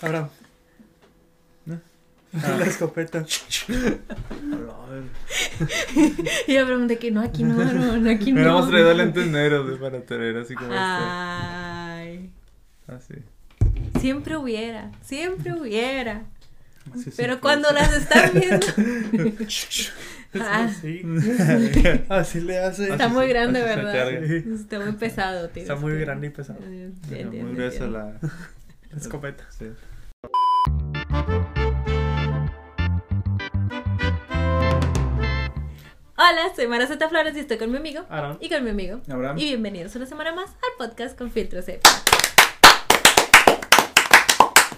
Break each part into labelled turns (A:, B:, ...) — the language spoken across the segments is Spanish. A: Ahora. ¿no?
B: Ah.
A: La escopeta.
C: Y Abraham de que no, aquí no, Aaron, aquí no. Ah.
B: Mira, vamos a traer lentes negros güey, para traer así como
C: Ay,
B: este. Así.
C: siempre hubiera, siempre hubiera.
B: Así se
C: Pero
B: puede.
C: cuando las están viendo, Ah.
A: Así. Así le hace.
C: está muy grande,
B: así se
C: ¿verdad?
B: carga.
C: Está muy pesado, tío.
A: Está muy grande y pesado.
B: Mira, Muy gruesa la.
A: La escopeta.
B: Sí.
C: Hola, soy Mara Zeta Flores y estoy con mi amigo
A: Aaron.
C: y con mi amigo.
B: Abraham.
C: Y bienvenidos una semana más al podcast con Filtro C.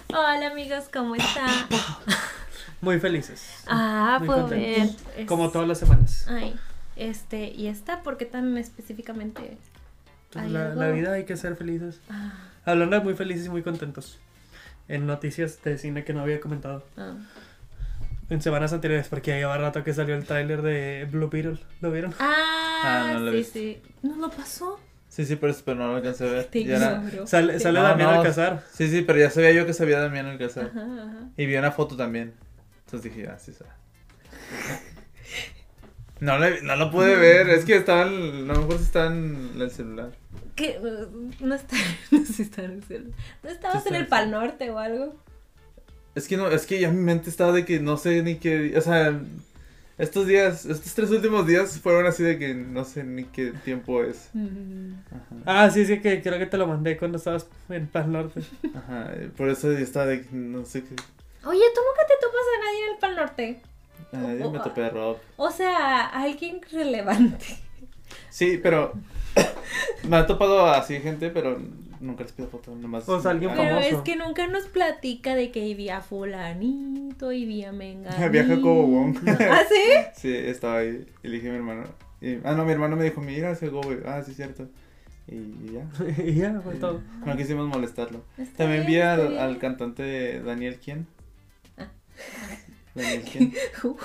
C: Hola amigos, ¿cómo están?
A: Muy felices.
C: Ah,
A: Muy
C: puedo ver.
A: contentos.
C: Es-
A: Como todas las semanas.
C: Ay, este, ¿y esta por qué tan específicamente?
A: Pues
C: Hay
A: la,
C: algo.
A: la vida hay que ser felices.
C: Ah,
A: Hablando de muy felices y muy contentos. En noticias de cine que no había comentado.
C: ah.
A: En semanas anteriores, porque ya lleva rato que salió el tráiler de Blue Beetle. ¿Lo vieron?
C: Ah,
B: Ah, no lo
C: sí,
B: viste.
C: sí. ¿No lo pasó?
B: Sí, sí, pero, pero no lo alcancé a ver.
C: Te
B: Ya era-
C: ignoro.
A: Sale,
C: Te-
A: sale
B: No,
A: Damián
B: no.
A: Alcázar.
B: Sí, sí, pero ya sabía yo que sabía Damián Alcázar.
C: Ajá, ajá.
B: Y vi una foto también. Entonces dije, ah, sí sabe. No, le- no lo pude ver, es que estaban, a lo mejor si estaba en el celular.
C: ¿Qué? Uh, No, está, no, sé si está en el celular. ¿No estabas
B: Sí,
C: en
B: está en
C: el
B: el
C: Pal
B: celular.
C: Norte o algo?
B: Es que no, es que ya mi mente estaba de que no sé ni qué, o sea, estos días, estos tres últimos días fueron así de que no sé ni qué tiempo es.
C: Mm.
B: Ajá,
A: Ah, sí, sí, que creo que te lo mandé cuando estabas en Pan Norte.
B: ajá, por eso yo estaba de que no sé qué.
C: Oye, ¿tú nunca te topas a nadie en el Pal Norte?
B: Ah, yo me topé a Rob.
C: O sea, alguien relevante.
B: Sí, pero me ha topado así gente, pero nunca les pido fotos, nomás.
A: O sea, alguien
B: Ah,
C: Pero
A: famoso.
C: es que nunca nos platica de que vi a fulanito y vi a menganito.
B: Viaja como Wong.
C: ¿Ah, sí?
B: Sí, estaba ahí. Y le dije a mi hermano. y- ah, no, mi hermano me dijo, mira ese güey. Ah, sí, cierto. Y, y ya.
A: y ya, fue todo.
B: No quisimos molestarlo.
C: Está
B: También vi
C: bien, está
B: al,
C: bien.
B: al cantante Daniel Quien.
C: Ah.
B: Daniel Quien.
C: Uh,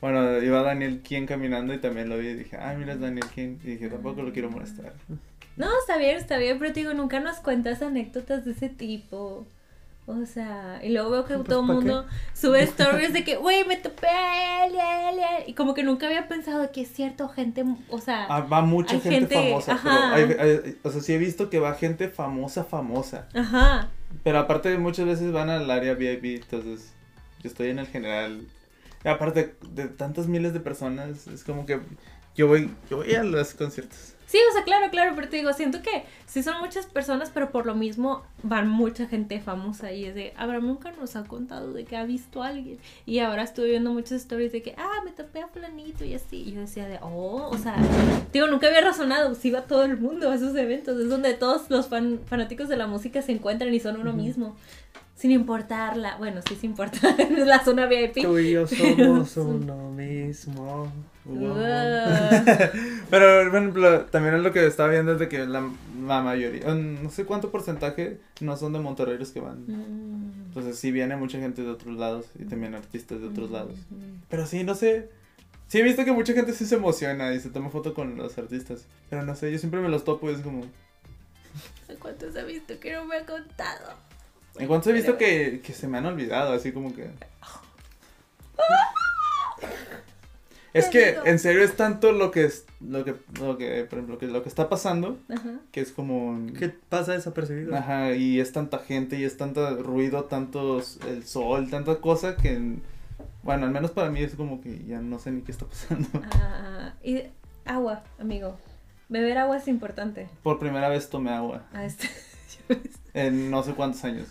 B: Bueno, iba Daniel Quien caminando y también lo vi y dije, ah, mira es Daniel Quien. Y dije, tampoco lo quiero molestar.
C: No, está bien, está bien, pero te digo, nunca nos cuentas anécdotas de ese tipo. O sea, y luego veo que
A: Pues,
C: todo el
A: ¿pa' qué?
C: mundo sube stories de que, güey, me topé a él y a él y a él", Y como que nunca había pensado que es cierto, gente, o sea,
B: Ah, va mucha
C: Hay gente-
B: gente, famosa.
C: ajá.
B: Pero hay- hay- o sea, sí he visto que va gente famosa, famosa.
C: ajá.
B: Pero aparte muchas veces van al área VIP, entonces yo estoy en el general. Y aparte de tantas miles de personas, es como que yo voy, yo voy a los conciertos.
C: Sí, o sea, claro, claro, pero te digo, siento que sí son muchas personas, pero por lo mismo van mucha gente famosa y es de, Abraham nunca nos ha contado de que ha visto a alguien y ahora estuve viendo muchas stories de que, ah, me topé a fulanito y así, y yo decía de, oh, o sea, digo, nunca había razonado, sí va todo el mundo a esos eventos, es donde todos los fan- fanáticos de la música se encuentran y son uno
A: Ujú.
C: mismo, sin importar la, bueno, sí, sin importar la zona VIP.
A: Tú y yo somos uno mismo.
C: Wow.
B: Pero, por ejemplo, también es lo que estaba viendo es de que la, la mayoría, eh, no sé cuánto porcentaje, no son de Monterrey los que van.
C: Mm.
B: Entonces sí viene mucha gente de otros lados y también artistas de otros lados.
C: Mm.
B: Pero sí, no sé. Sí he visto que mucha gente sí se emociona y se toma foto con los artistas. Pero no sé, yo siempre me los topo y es como...
C: ¿Cuántos ha visto que no me ha contado?
B: En cuanto he visto
C: Pero-
B: que, que se me han olvidado, así como que. Es que en serio es tanto lo que es lo que lo que por ejemplo que lo que está pasando
C: Ajá.
B: que es como
A: ¿Qué pasa desapercibido?
B: ajá y es tanta gente y es tanto ruido, tantos el sol, tanta cosa que bueno, al menos para mí es como que ya no sé ni qué está pasando.
C: Ah, y agua, amigo. Beber agua es importante.
B: Por primera vez tomé agua
C: Ah, este-
B: en no sé cuántos años,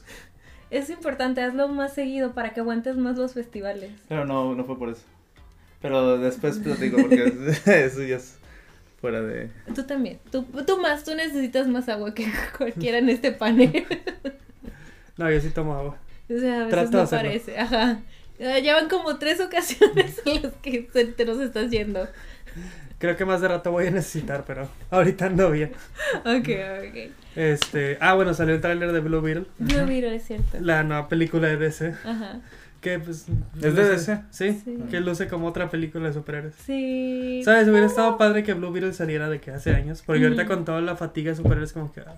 C: Es importante, hazlo más seguido para que aguantes más los festivales.
B: pero no no fue por eso. Pero después platico porque es- eso ya es fuera de
C: Tú también. Tú, tú más, tú necesitas más agua que cualquiera en este panel.
A: No, yo sí tomo agua.
C: O sea, a veces
A: Trata de
C: no
A: hacerlo.
C: parece. Ajá. Ah, Ya van como tres ocasiones en las que se- te nos estás yendo.
A: Creo que más de rato voy a necesitar, pero ahorita ando bien.
C: Ok, ok.
A: Este, ah, bueno, salió el tráiler de Blue Beetle,
C: Yo miro, es cierto.
A: la nueva película de DC,
C: Ajá.
A: que pues...
B: ¿Es de DC?
A: Sí,
C: Sí.
A: que luce como otra película de superhéroes.
C: Sí.
A: ¿Sabes? Hubiera estado padre que Blue Beetle saliera de que hace años, porque ahorita
C: Ujú.
A: con toda la fatiga de superhéroes como que... ah,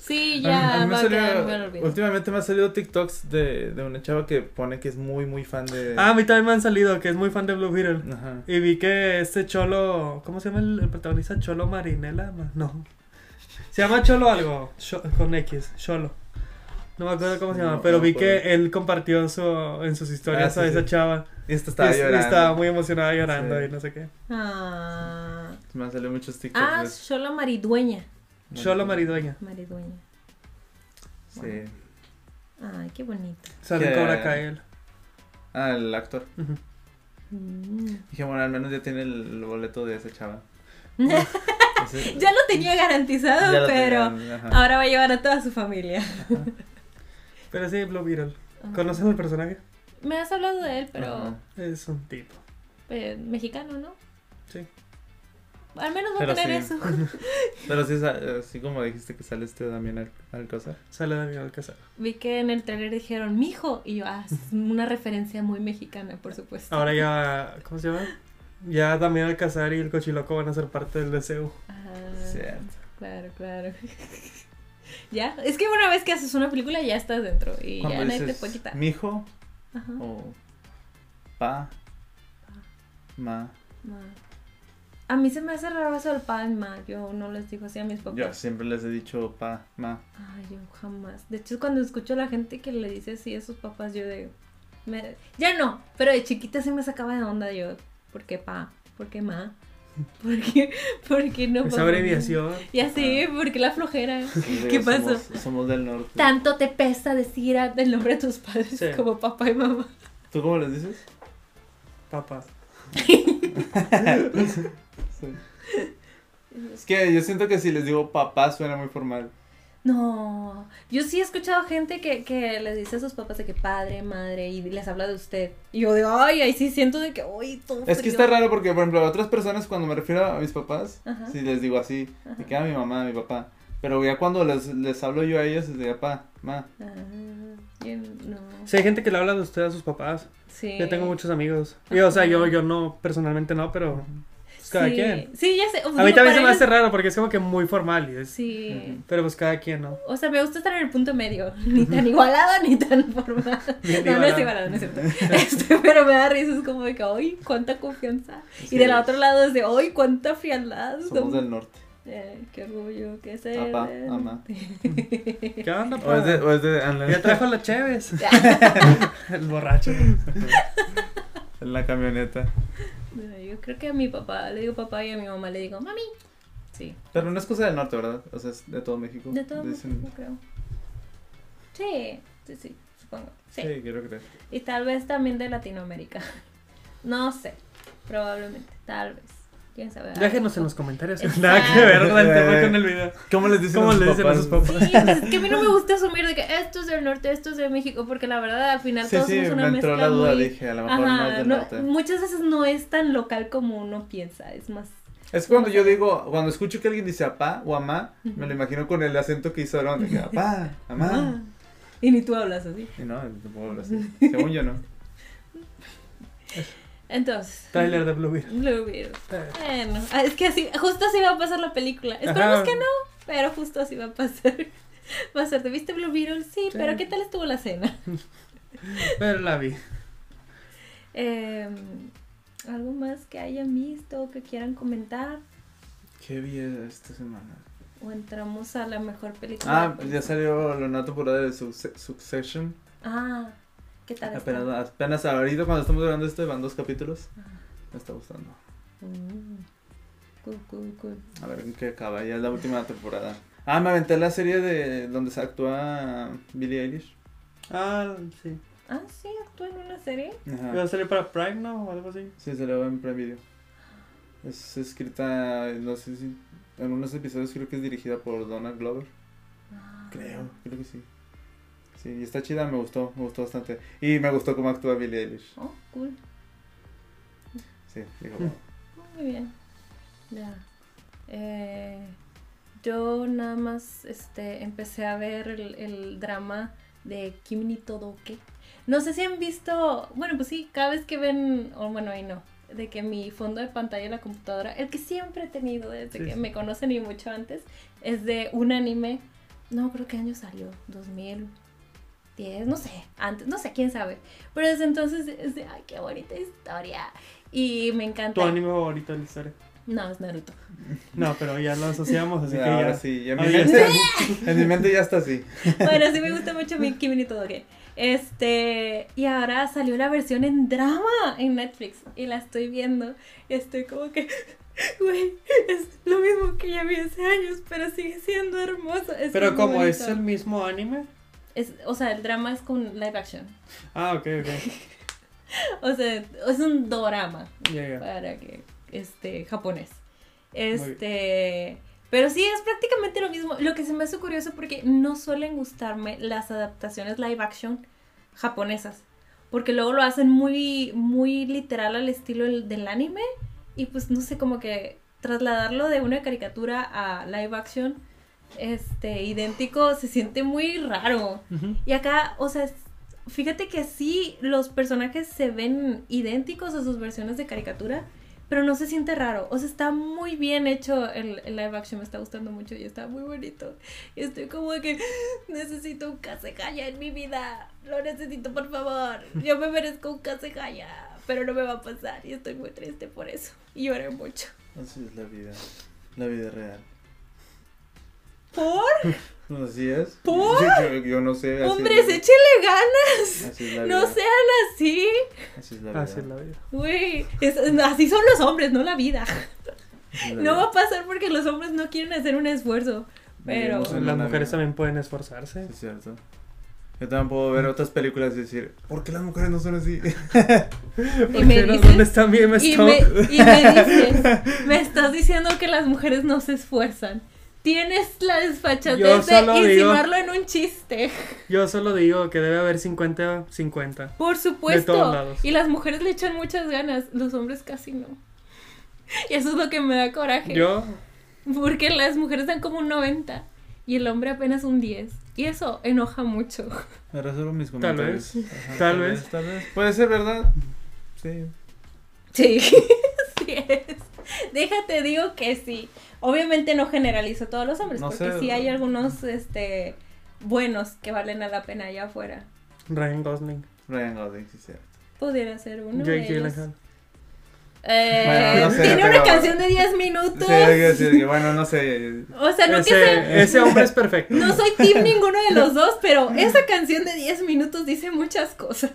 C: Sí,
B: A
C: ya
B: mí me
C: va a
B: salió-
C: quedar bien olvidado.
B: últimamente me han salido TikToks de, de una chava que pone que es muy, muy fan de.
A: Ah, a mí también me han salido que es muy fan de Blue Beetle.
B: Ajá.
A: Y vi que este Cholo, ¿cómo se llama el, el protagonista? Cholo Marinela, ma- no. Se llama Cholo algo, Cho- con X, Cholo. No me acuerdo cómo se
B: No,
A: llama, pero
B: no
A: vi
B: me
A: que él compartió su, en sus historias
B: Ah, sí,
A: a esa
B: sí.
A: chava.
B: Y esta estaba
A: Y- y
B: llorando.
A: estaba muy emocionada llorando
B: Sí.
A: y no sé qué.
C: Ah,
B: Me han salido muchos TikToks.
C: ah
B: de eso.
C: Shola Maridueña.
A: Cholo Maridueña.
C: Maridueña.
B: pues, Sí.
C: Ay, qué bonito.
A: Sale en
B: Que-
A: Cobra Kai él.
B: Ah, el actor.
A: Ujú.
C: Mm.
B: Dije, bueno, al menos ya tiene el boleto de esa chava. Ese-
C: ya lo tenía garantizado,
B: ya lo
C: pero Ah,
B: tenían, ajá.
C: ahora va a llevar a toda su familia.
A: Pero sí, Blue Beetle. ¿Conoces al personaje?
C: Me has hablado de él, pero
B: Ajá.
A: Es un tipo.
C: eh, mexicano, ¿no?
A: Sí.
C: Al menos va
B: Pero
C: a tener
B: sí.
C: eso.
B: Pero sí, sa- así como dijiste que sale este también al, Alcázar.
A: Sale Daniel Alcázar.
C: Vi que en el trailer dijeron, mijo, y yo, ah, es una referencia muy mexicana, por supuesto.
A: Ahora ya, ¿cómo se llama? Ya también Alcázar y el Cochiloco van a ser parte del deseo.
C: Ah,
B: Cierto.
C: Claro, claro. ya, es que una vez que haces una película ya estás dentro y ya
B: Cuando
C: nadie te puede
B: dices,
C: quitar.
B: mijo
C: Ajá.
B: o pa, ma.
C: ma. A mí se me hace raro eso del palma, yo no les digo así a mis papás.
B: Yo siempre les he dicho pa, ma.
C: Ay, yo jamás. De hecho, cuando escucho a la gente que le dice así a sus papás, yo de... me- Ya no, pero de chiquita sí me sacaba de onda yo. ¿Por qué pa? ¿Por qué ma? ¿Por qué, por qué no?
A: Esa
C: papá?
A: abreviación.
C: Ya sé, porque la flojera.
B: Digo,
C: ¿Qué pasó?
B: Somos, somos del norte.
C: Tanto te pesa decir a- el nombre de tus padres
A: Sí.
C: como papá y mamá.
B: ¿Tú cómo les dices?
A: Papá.
B: Sí. Es que yo siento que si les digo papá suena muy formal.
C: No, yo sí he escuchado gente que, que les dice a sus papás de que padre, madre, y les habla de usted. Y yo de, ay, ahí sí siento de que, ay, todo
B: Es que
C: frío".
B: está raro porque, por ejemplo, a otras personas cuando me refiero a mis papás,
C: Ajá.
B: sí les digo así,
C: Ajá.
B: me queda mi mamá, mi papá. Pero ya cuando les, les hablo yo a ellos, es de papá, ma.
C: Ah, yo no.
A: Sí, hay gente que le habla de usted a sus papás.
C: Sí.
A: Yo tengo muchos amigos. Y, o sea, yo, yo no, personalmente no, pero pues, cada
C: sí. Pues
A: quien.
C: Sí, ya sé.
A: A mí también se me hace raro porque es como que muy formal. y es-
C: Sí.
B: Ujú.
A: Pero pues cada quien, ¿no?
C: O sea, me gusta estar en el punto medio, ni tan igualado ni tan formal.
A: Bien
C: No, no es
A: igualado.
C: igualado, no es cierto. Este, pero me da risa, es como de que, ¡ay, cuánta confianza! Y del
B: Sí.
C: otro lado es de, ¡ay, cuánta frialdad!
B: Somos del norte.
C: Eh, ¡Qué orgullo que se!
B: Papá, mamá.
A: ¿Qué onda,
B: O es de,
A: papá?
B: o es de
A: Ya
B: en, la,
A: trajo las cheves. El borracho.
B: en la camioneta.
C: Yo creo que a mi papá le digo papá y a mi mamá le digo mami. Sí,
B: Pero no es cosa del norte, ¿verdad? O sea, es de todo México.
C: de todo
B: Dicen-
C: México, creo. Sí, sí, sí, supongo.
B: Sí,
C: sí.
B: quiero creer.
C: Y tal vez también de Latinoamérica. No sé, probablemente, tal vez. ¿Quién sabe?
A: Déjenos en los comentarios.
C: Exacto.
A: Nada que ver con el tema con el video.
B: ¿Cómo les dicen,
A: ¿Cómo
B: a, sus
A: le dicen a sus
B: papás?
A: papás?
C: Sí, pues, es que a mí no me gusta asumir de que esto es del norte, esto es de México, porque la verdad al final
B: Sí,
C: todos
B: sí,
C: somos
B: me
C: una
B: entró
C: mezcla
B: la duda,
C: muy-
B: dije, a lo mejor no es
C: Ajá,
B: del
C: no,
B: norte.
C: muchas veces no es tan local como uno piensa, es más.
B: Es cuando yo digo, cuando escucho que alguien dice apá o amá, me lo imagino con el acento que hizo Aaron, de que apá,
C: Ah,
B: amá.
C: Y ni tú hablas así.
B: Y no, no puedo hablar así. Según yo no.
C: Entonces,
A: Trailer de Blue Beetle.
C: Blue Beetle.
A: Eh,
C: Bueno, ah, es que así, justo así va a pasar la película. Esperemos
A: Ajá.
C: que no, pero justo así va a pasar. Va a ser, ¿te viste Blue Beetle? Sí, pero ¿qué tal estuvo la cena?
A: Pero la vi.
C: Eh, ¿Algo más que hayan visto o que quieran comentar?
B: ¿Qué vi esta semana?
C: ¿O entramos a la mejor película?
B: Ah, pues ya salió la nueva temporada de Succe- Succession.
C: Ah, ¿qué tal está?
B: Apenas, apenas ahorita cuando estamos grabando esto van dos capítulos. Me está gustando.
C: Mm. Cool, cool, cool.
B: A ver en qué acaba, ya es la última temporada. Ah, me aventé la serie de donde se actúa Billie Eilish.
A: Ah, sí.
C: Ah, sí, actúa en una serie.
A: Ah. ¿Va a
B: Ajá.
A: salir para Prime, no? O algo así.
B: Sí, se la veo en Prime Video. Es escrita, no sé si en unos episodios creo que es dirigida por Donald Glover.
C: Ah.
B: Creo, creo que sí. Sí, y está chida, me gustó, me gustó bastante. Y me gustó cómo actúa Billie Eilish.
C: Oh, cool.
B: Sí, digo, wow.
C: Muy bien. Ya. Eh, yo nada más este, empecé a ver el, el drama de Kim ni todo qué. No sé si han visto, bueno, pues sí, cada vez que ven, o bueno, ahí no, de que mi fondo de pantalla de la computadora, el que siempre he tenido desde
A: Sí,
C: que
A: sí.
C: me conocen y mucho antes, es de un anime No, creo que año salió, 2010, no sé, antes, no sé, quién sabe. Pero desde entonces es de, ay, qué bonita historia. Y me
A: Tu
C: encanta.
A: anime favorito de la historia.
C: No, es Naruto.
A: No, pero ya lo asociamos, así que
D: ahora
A: ya.
D: sí, ya en,
A: Ah,
D: mi
A: ya
D: mente, en mi mente ya está así.
C: Bueno, sí me gusta mucho mi Kimi ni todo que. Este, y ahora salió la versión en drama en Netflix y la estoy viendo. Estoy como que, güey, es lo mismo que ya vi hace años, pero sigue siendo hermoso. Es
A: Pero
C: muy
A: como es
C: bonito.
A: el mismo anime.
C: Es- o sea, el drama es con live action.
A: Ah, ok, ok.
C: O sea, es un dorama
A: Ya, ya.
C: para que, este, japonés. Este, pero sí, es prácticamente lo mismo. Lo que se me hace curioso porque no suelen gustarme las adaptaciones live action japonesas. Porque luego lo hacen muy, muy literal al estilo del, del anime. Y pues no sé, como que trasladarlo de una caricatura a live action, este, idéntico, se siente muy raro.
A: Ujú.
C: Y acá, o sea, es- fíjate que sí, los personajes se ven idénticos a sus versiones de caricatura, pero no se siente raro. O sea, está muy bien hecho el, el live action, me está gustando mucho y está muy bonito. Y estoy como de que necesito un casejaya en mi vida, lo necesito por favor. Yo me merezco un casejaya, pero no me va a pasar y estoy muy triste por eso. Y lloré mucho.
D: Así es la vida, la vida real.
C: ¿Por?
D: Así es.
C: ¿Por?
D: Sí, Yo, yo no sé. así
C: Hombres,
D: es
C: échenle
D: la-
C: ganas.
D: así es la
C: No
D: vida,
C: sean así.
D: Así es la vida.
A: Así es Ah, la vida.
C: Güey, es- así son los hombres, no la vida.
D: así es la
C: No
D: vida.
C: va a pasar porque los hombres no quieren hacer un esfuerzo. Pero.
D: Vivimos en
A: Las
D: una
A: mujeres
D: vida.
A: también pueden esforzarse.
D: Sí, es cierto. Yo también puedo ver otras películas y decir, ¿por qué las mujeres no son así?
C: Y me
A: Pero,
C: dices-
A: ¿Dónde está mi
C: Y
A: M-Stop?
C: me, y me dices, me estás diciendo que las mujeres no se esfuerzan. Tienes la
A: Yo
C: desfachatez de
A: solo digo-
C: insinuarlo en un chiste.
A: Yo solo digo que debe haber 50-50.
C: Por supuesto.
A: De todos lados.
C: Y las mujeres le echan muchas ganas, los hombres casi no. Y eso es lo que me da coraje.
A: Yo,
C: Porque las mujeres dan como un 90 y el hombre apenas un 10. Y eso enoja mucho.
D: Ahora solo mis
A: Tal
D: comentarios.
A: vez.
D: Ajá,
A: Tal vez.
D: Tal vez. Puede ser verdad. Sí.
C: Sí, sí es. Déjate, digo que sí. Obviamente no generalizo a todos los hombres,
D: No
C: porque
D: sé.
C: sí hay algunos este buenos que valen a la pena allá afuera.
A: Ryan Gosling,
D: Ryan Gosling, sí, es cierto.
C: Pudiera ser uno de
A: Jake
C: ellos.
A: Gyllenhaal.
C: Eh,
D: Bueno, no sé,
C: tiene una
D: pero-
C: canción de 10
D: Sí,
C: minutos.
D: hay que decir que, bueno, no sé.
C: O sea, no que sea-
A: Ese, ese hombre es perfecto.
C: No soy team ninguno de los dos, pero esa canción de 10 minutos dice muchas cosas.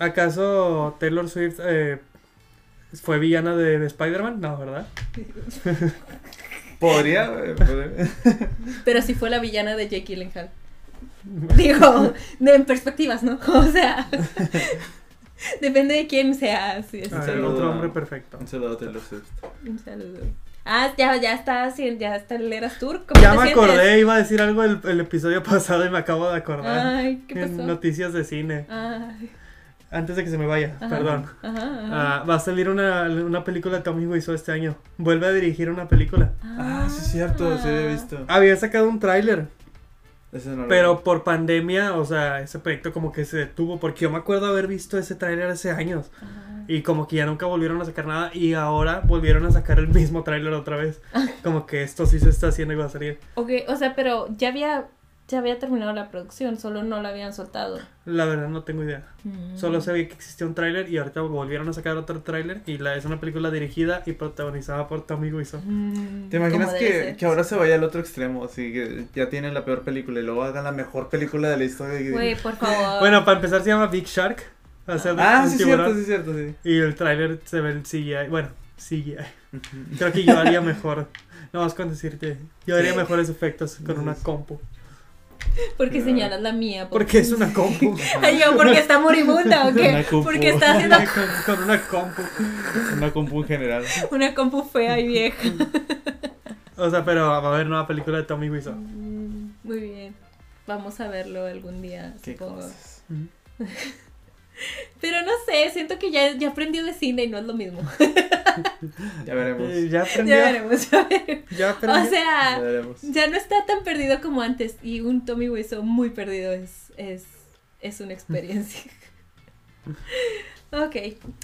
A: ¿Acaso Taylor Swift eh, fue villana de Spider-Man? No, ¿verdad?
D: Podría. eh, podría.
C: Pero sí fue la villana de Jake Gyllenhaal. Digo, de- en perspectivas, ¿no? O sea, depende de quién sea. sí, es-
A: Ah, el
D: saludo.
A: otro hombre perfecto.
D: Un saludo a Taylor Swift.
C: Un saludo. Ah, ya, ya está, sí, ya está, eras tú.
A: Ya me acordé, iba a decir algo el, el episodio pasado y me acabo de acordar.
C: Ay, Ah, ¿qué
A: En
C: pasó?
A: noticias de cine.
C: Ay,
A: Antes de que se me vaya,
C: ajá,
A: perdón.
C: Ajá, ajá.
A: Ah, va a salir una, una película de Tommy Wiseau este año. Vuelve a dirigir una película.
D: Ah, sí, es cierto. Sí,
C: Ah.
D: había visto.
A: Había sacado un tráiler,
D: Ese no lo
A: pero
D: vi.
A: por pandemia, o sea, ese proyecto como que se detuvo. Porque yo me acuerdo haber visto ese tráiler hace años.
C: Ajá.
A: Y como que ya nunca volvieron a sacar nada. Y ahora volvieron a sacar el mismo tráiler otra vez. Como que esto sí se está haciendo y va a salir.
C: Ok, o sea, pero ya había, ya había terminado la producción, solo no la habían soltado.
A: La verdad no tengo idea.
C: Mm.
A: Solo sabía que existía un tráiler y ahorita volvieron a sacar otro tráiler. Y la, es una película dirigida y protagonizada por Tommy Wiseau.
C: Mm,
D: ¿Te imaginas
C: como debe
D: que,
C: ser.
D: que ahora se vaya al otro extremo? Así que ya tienen la peor película y luego hagan la mejor película de la historia. y-
C: Güey, por favor.
A: Bueno, para empezar se llama Big Shark. O sea,
D: ah,
A: un
D: sí, es
A: tiburón.
D: cierto, sí, es cierto, sí.
A: Y el tráiler se ve el CGI. Bueno, CGI. Creo que yo haría mejor. No más con decirte. Yo haría mejores efectos con una compu.
D: ah.
C: porque señalas la mía.
A: Porque es una compu.
C: Ay, yo, porque está moribunda o qué?
D: Una compu.
C: Porque está haciendo
A: Una com- con una compu.
D: Una compu en general.
C: una compu fea y vieja.
A: O sea, pero va a haber nueva película de Tommy Wiseau.
C: Mm, Muy bien. Vamos a verlo algún día,
D: Qué
C: supongo.
D: cosas.
C: Pero no sé, siento que ya, ya aprendí de cine y no es lo mismo.
D: Ya veremos.
A: Eh, ya aprendió.
C: ya veremos, ya veremos.
A: Ya
C: O
A: aprendió.
D: Ya
C: sea,
D: veremos.
C: ya no está tan perdido como antes. Y un Tommy Wiseau muy perdido es, es, es una experiencia. ok,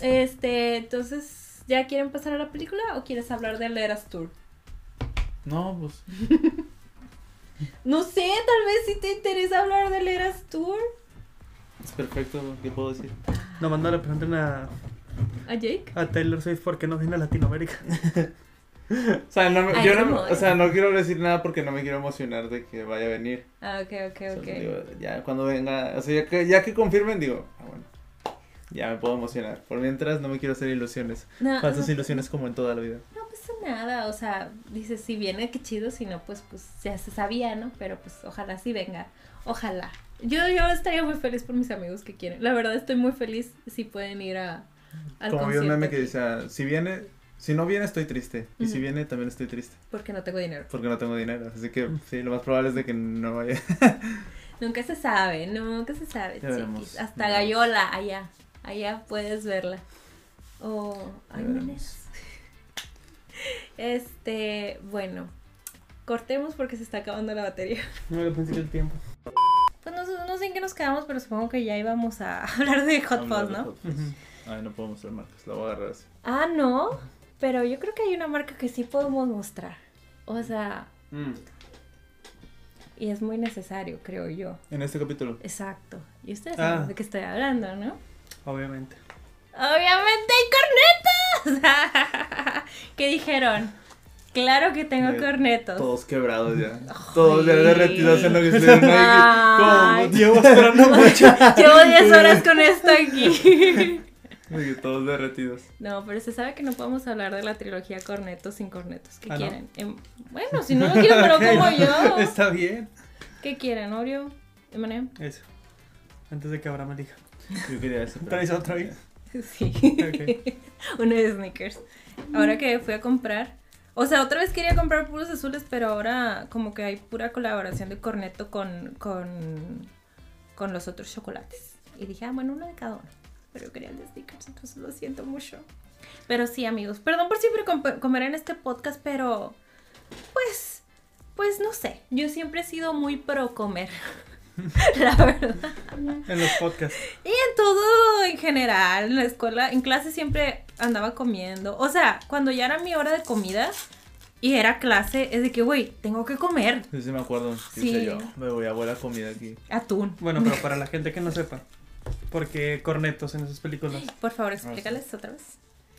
C: este, entonces, ¿ya quieren pasar a la película o quieres hablar de Leras Tour?
D: No, pues.
C: No sé, tal vez si te interesa hablar del Eras Tour.
B: Es perfecto, ¿qué puedo decir?
A: Nos mandó le pregunten a,
C: ¿A Jake?
A: a Taylor Swift por qué no viene a Latinoamérica.
B: O sea, no, me-
C: Ay,
B: yo no,
C: como-
B: me- o sea, no quiero decir nada porque no me quiero emocionar de que vaya a venir.
C: Ah, ok, ok,
B: O sea,
C: ok.
B: digo, ya cuando venga, o sea, ya que, ya que confirmen, digo, ah, bueno, ya me puedo emocionar. Por mientras, no me quiero hacer ilusiones.
C: No,
B: Falsas
C: no,
B: ilusiones como en toda la vida.
C: no pasa nada, o sea, dices, si viene, qué chido, si no, pues, pues ya se sabía, ¿no? Pero pues ojalá sí venga, ojalá. Yo, yo estaría muy feliz por mis amigos que quieren. La verdad estoy muy feliz si pueden ir a, al
B: como vi
C: concierto.
B: un meme que
C: aquí,
B: dice, ah, si viene, si no viene, estoy triste. Y si
C: Ujú.
B: viene, también estoy triste.
C: Porque no tengo dinero.
B: Porque no tengo dinero. Así que, sí, lo más probable es de que no vaya.
C: Nunca se sabe, nunca se sabe,
B: Ya
C: chiquis.
B: veremos,
C: Hasta
B: ya veremos.
C: Gallola, allá. Allá puedes verla. O.
B: Ya
C: ay,
B: veremos.
C: maneras. Este, bueno. Cortemos porque se está acabando la batería.
A: No le pensé que el tiempo.
C: Pues no, sé- no sé en qué nos quedamos, pero supongo que ya íbamos a hablar de Hot Fuzz, ¿no?
A: Ujú.
B: Ay, no puedo mostrar marcas, la voy a agarrar así.
C: Ah, no. Pero yo creo que hay una marca que sí podemos mostrar. O sea, y es muy necesario, creo yo.
B: En este capítulo.
C: Exacto. Y ustedes
A: Ah.
C: saben de qué estoy hablando, ¿no?
A: Obviamente.
C: Obviamente hay cornetas. ¿Qué dijeron? Claro que tengo
B: Eh,
C: cornetos.
B: Todos quebrados ya. Todos ya derretidos en lo que estuvieron
C: Ay.
B: ahí. Como llevo esperando mucho.
C: Llevo 10 horas con esto aquí.
B: De que Todos derretidos.
C: No, pero se sabe que no podemos hablar de la trilogía cornetos sin cornetos. ¿Qué
A: Ah, ¿no?
C: quieren? Em, bueno, si no lo quieren, me lo como yo.
A: Está bien.
C: ¿Qué quieren, Oreo? ¿Emanem?
A: Eso. Antes de que Abraham elija.
B: Yo quería eso. pero-
A: ¿Traes otro ahí?
C: Sí.
A: Ok.
C: Uno de sneakers. Ahora que fui a comprar. O sea, otra vez quería comprar puros azules, pero ahora como que hay pura colaboración de corneto con, con, con los otros chocolates. Y dije, ah, bueno, uno de cada uno. Pero yo quería el de sneakers, entonces lo siento mucho. Pero sí, amigos, perdón por siempre comp- comer en este podcast, pero pues, pues no sé. Yo siempre he sido muy pro comer. La verdad.
A: En los podcasts.
C: Y en todo en general, en la escuela, en clase siempre andaba comiendo. O sea, cuando ya era mi hora de comida y era clase, es de que, güey, tengo que comer
B: Sí, sí me acuerdo. Sí.
C: Sí.
B: yo. Me voy a buena comida aquí.
C: atún.
A: Bueno, pero para la gente que no sepa. Porque cornetos en esas películas.
C: Por favor,
B: Ah,
C: explícales otra vez.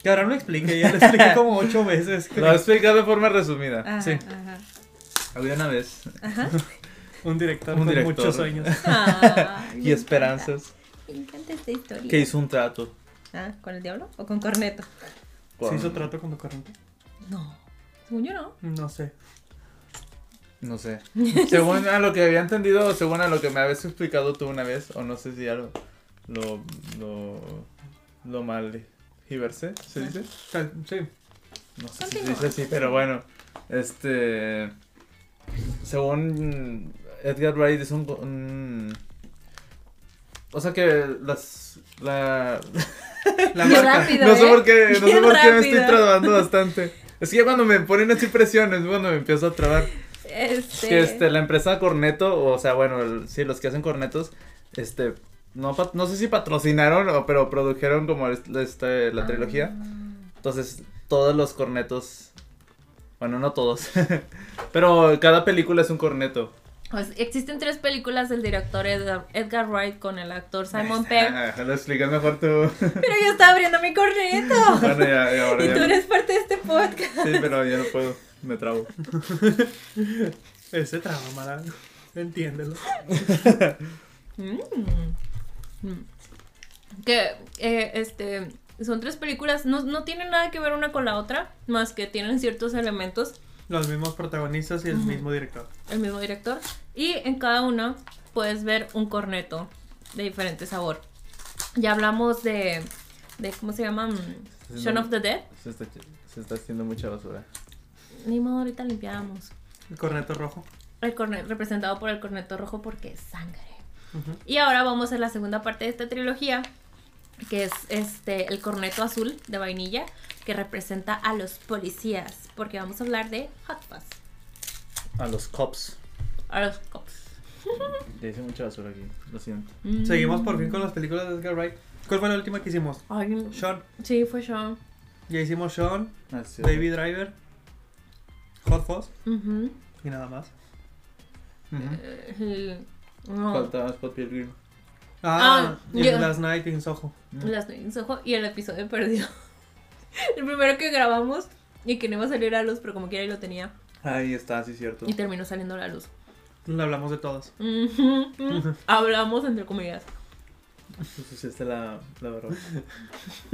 A: Que Abraham lo explique. Ya lo expliqué como ocho veces.
B: Lo voy a explicar de forma resumida.
C: Ajá,
A: Sí.
C: ajá.
B: Había una vez.
C: Ajá.
A: Un director
B: Un
A: con
B: director.
A: muchos sueños.
C: Ah, me
B: Y esperanzas.
C: encanta, Me encanta esta historia.
B: Que hizo un trato.
C: Ah, ¿Con el diablo o con Corneto?
B: con-
A: ¿Se hizo trato con tu corneta?
C: No. Según yo no.
A: No sé.
B: No sé. Según a lo que había entendido, o según a lo que me habías explicado tú una vez, o no sé si ya lo. lo. lo. lo mal. ¿Giverse? ¿Se dice?
A: Tal- Sí.
B: No sé si se
C: Continúa.
B: dice así, pero bueno. Este. Según Edgar Wright es un. un- o sea que las. La,
A: La
C: Qué
A: marca.
C: rápido,
B: no sé
C: ¿eh?
B: por qué, no
C: Qué
B: sé por qué me estoy
C: rápido.
B: trabando bastante. Es que ya cuando me ponen así presiones, es cuando me empiezo a trabar.
C: Este...
B: Que este, la empresa Corneto, o sea, bueno, el- sí, los que hacen cornetos, este, no, pat- no sé si patrocinaron, o, pero produjeron como es- este,
C: Ah,
B: la trilogía. Entonces, todos los cornetos, bueno, no todos, pero cada película es un corneto.
C: Ah. O sea, existen tres películas del director Edgar, Edgar Wright con el actor Simon Pegg.
B: Ah, Lo explicas mejor tú.
C: Pero yo estaba abriendo mi corneto.
B: bueno, ya, ya, ahora
C: Y
B: ya
C: tú
B: no.
C: eres parte de este podcast.
B: Sí, pero ya no puedo, me trabo.
A: Ese trabajo, Mara. Entiéndelo.
C: Mm. Mm. Que, eh, este, son tres películas, no, no tienen nada que ver una con la otra, más que tienen ciertos elementos,
A: Los mismos protagonistas y el
C: Ujú.
A: mismo director.
C: el mismo director, y en cada una puedes ver un corneto de diferente sabor. Ya hablamos de, de ¿cómo se llama? Mm, Shaun of the Dead.
B: Se está, ch- se está haciendo mucha basura.
C: Ni modo, ahorita limpiamos.
A: El corneto rojo.
C: El corne- representado por el corneto rojo porque es sangre.
A: Ujú.
C: Y ahora vamos a la segunda parte de esta trilogía, que es este el corneto azul de vainilla, que representa a los policías, porque vamos a hablar de Hot Fuzz,
B: A los cops.
C: a los cops.
B: Te hice mucha basura aquí, lo siento.
C: Mm.
A: Seguimos por fin con las películas de Edgar Wright. ¿Cuál fue la última que hicimos?
C: Ay,
A: Sean.
C: sí, fue Sean.
A: Ya hicimos Sean,
B: Ah, Así es.
A: Baby Driver, Hot Fuzz
C: Ujú.
A: y nada más.
B: Ujú.
C: Eh, no.
B: Faltaba Scott Pilgrim.
A: Ah,
C: Ah,
A: y
C: yo-
A: Last Night in Soho.
C: Las nueve en Soho y el episodio perdido. el primero que grabamos y que no iba a salir a luz, pero como quiera y lo tenía.
B: Ahí está, sí, cierto.
C: Y terminó saliendo a la luz.
A: Lo hablamos de todos.
C: Ujú, mm. Hablamos entre comillas.
B: Pues pusiste la, la barba.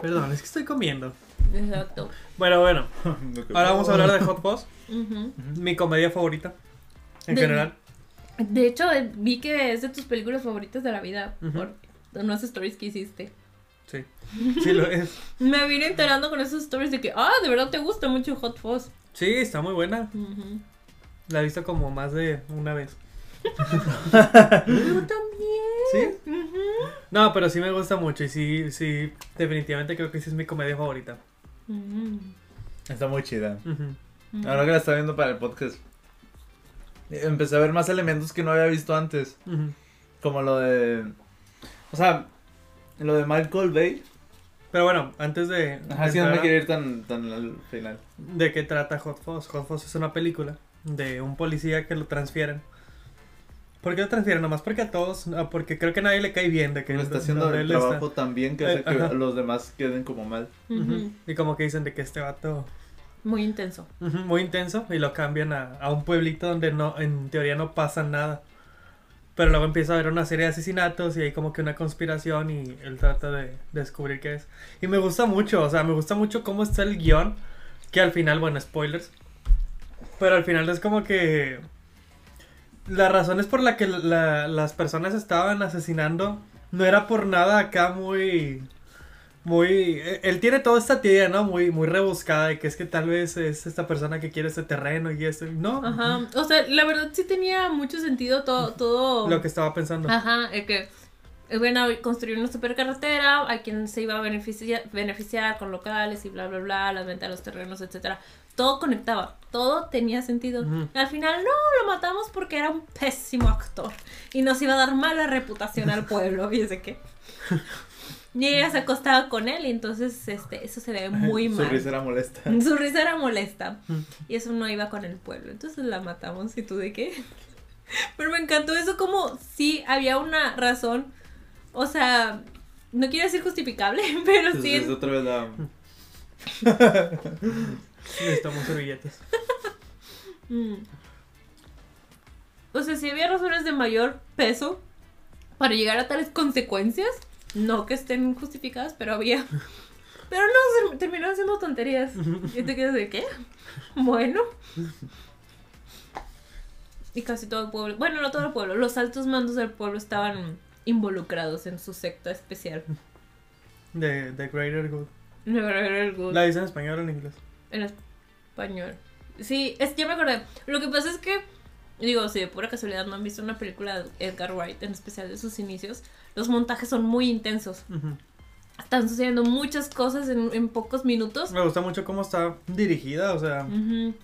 A: Perdón, es que estoy comiendo.
C: Exacto.
A: Bueno, bueno.
B: No, qué
A: Ahora vamos a
B: horror.
A: hablar de Hot Boss.
C: Ujú.
A: Mi comedia favorita. En
C: De-
A: general.
C: De hecho, eh, vi que es de tus películas favoritas de la vida.
A: Ujú.
C: Por unas stories que hiciste.
A: Sí. Sí, lo es.
C: Me vine enterando con esas stories de que, ah, de verdad te gusta mucho Hot Fuzz.
A: Sí, está muy buena.
C: Ujú.
A: La he visto como más de una vez.
C: Yo también.
A: ¿Sí?
C: Ujú.
A: No, pero sí me gusta mucho y sí, sí, definitivamente creo que sí es mi comedia favorita.
C: Ujú.
B: Está muy chida.
A: Ujú.
C: Ujú.
B: Ahora que la está viendo para el podcast. Empecé a ver más elementos que no había visto antes.
A: Ujú.
B: Como lo de. O sea, lo de Michael Bay.
A: Pero bueno, antes de,
B: Ajá,
A: de
B: sí, no me
A: entrar a-
B: quería ir tan, tan al final.
A: de qué trata Hot Fuzz. Hot Fuzz es una película de un policía que lo transfieren. ¿Por qué lo transfieren? Nomás porque a todos, ah, porque creo que a nadie le cae bien de que
B: Que lo está haciendo
A: donde
B: el
A: él está.
B: trabajo tan bien que hace
A: Eh,
B: que
A: ajá.
B: los demás queden como mal.
A: Ujú.
C: Ujú.
A: Y como que dicen de que este vato
C: Muy intenso.
A: Ujú, muy intenso y lo cambian a, a un pueblito donde no en teoría no pasa nada. Pero luego empieza a haber una serie de asesinatos y hay como que una conspiración y él trata de descubrir qué es. Y me gusta mucho, o sea, me gusta mucho cómo está el guión, que al final, bueno, spoilers, pero al final es como que las razones por las que la- las personas estaban asesinando no era por nada acá muy muy eh, él tiene toda esta teoría no muy muy rebuscada de que es que tal vez es esta persona que quiere este terreno y esto no
C: Ajá. O sea, la verdad sí tenía mucho sentido todo. todo...
A: lo que estaba pensando
C: Ajá, el que iban a construir una supercarretera, a quien se iba a beneficiar, beneficiar con locales y bla, bla, bla, las ventas de los terrenos, etcétera. Todo conectaba, todo tenía sentido.
A: Ujú.
C: Al final, no, lo matamos porque era un pésimo actor y nos iba a dar mala reputación al pueblo, y sé qué. Y ella se acostaba con él y entonces este, eso se ve muy
B: Su risa
C: mal.
B: era molesta.
C: Su risa era molesta.
A: Mm.
C: Y eso no iba con el pueblo. Entonces la matamos. ¿Y tú de qué? Pero me encantó eso como sí había una razón. O sea, no quiero decir justificable, pero
B: Entonces, es
C: sí.
B: otra vez la.
A: necesitamos servilletas
C: mm. O sea, sí había razones de mayor peso para llegar a tales consecuencias. No que estén justificadas, pero había. Pero no, se- terminaron siendo tonterías. Y te quedas de qué? Bueno. Y casi todo el pueblo, bueno, no todo el pueblo, los altos mandos del pueblo estaban involucrados en su secta especial.
A: de The Greater Good
C: De verdad, era el good.
A: la dice en español o en inglés
C: En español. Sí, es, ya me acordé. Lo que pasa es que, digo, si de pura casualidad no han visto una película de Edgar Wright, en especial de sus inicios, los montajes son muy intensos.
A: Ujú.
C: Están sucediendo muchas cosas en, en pocos minutos.
A: me gusta mucho cómo está dirigida o sea
C: Ujú.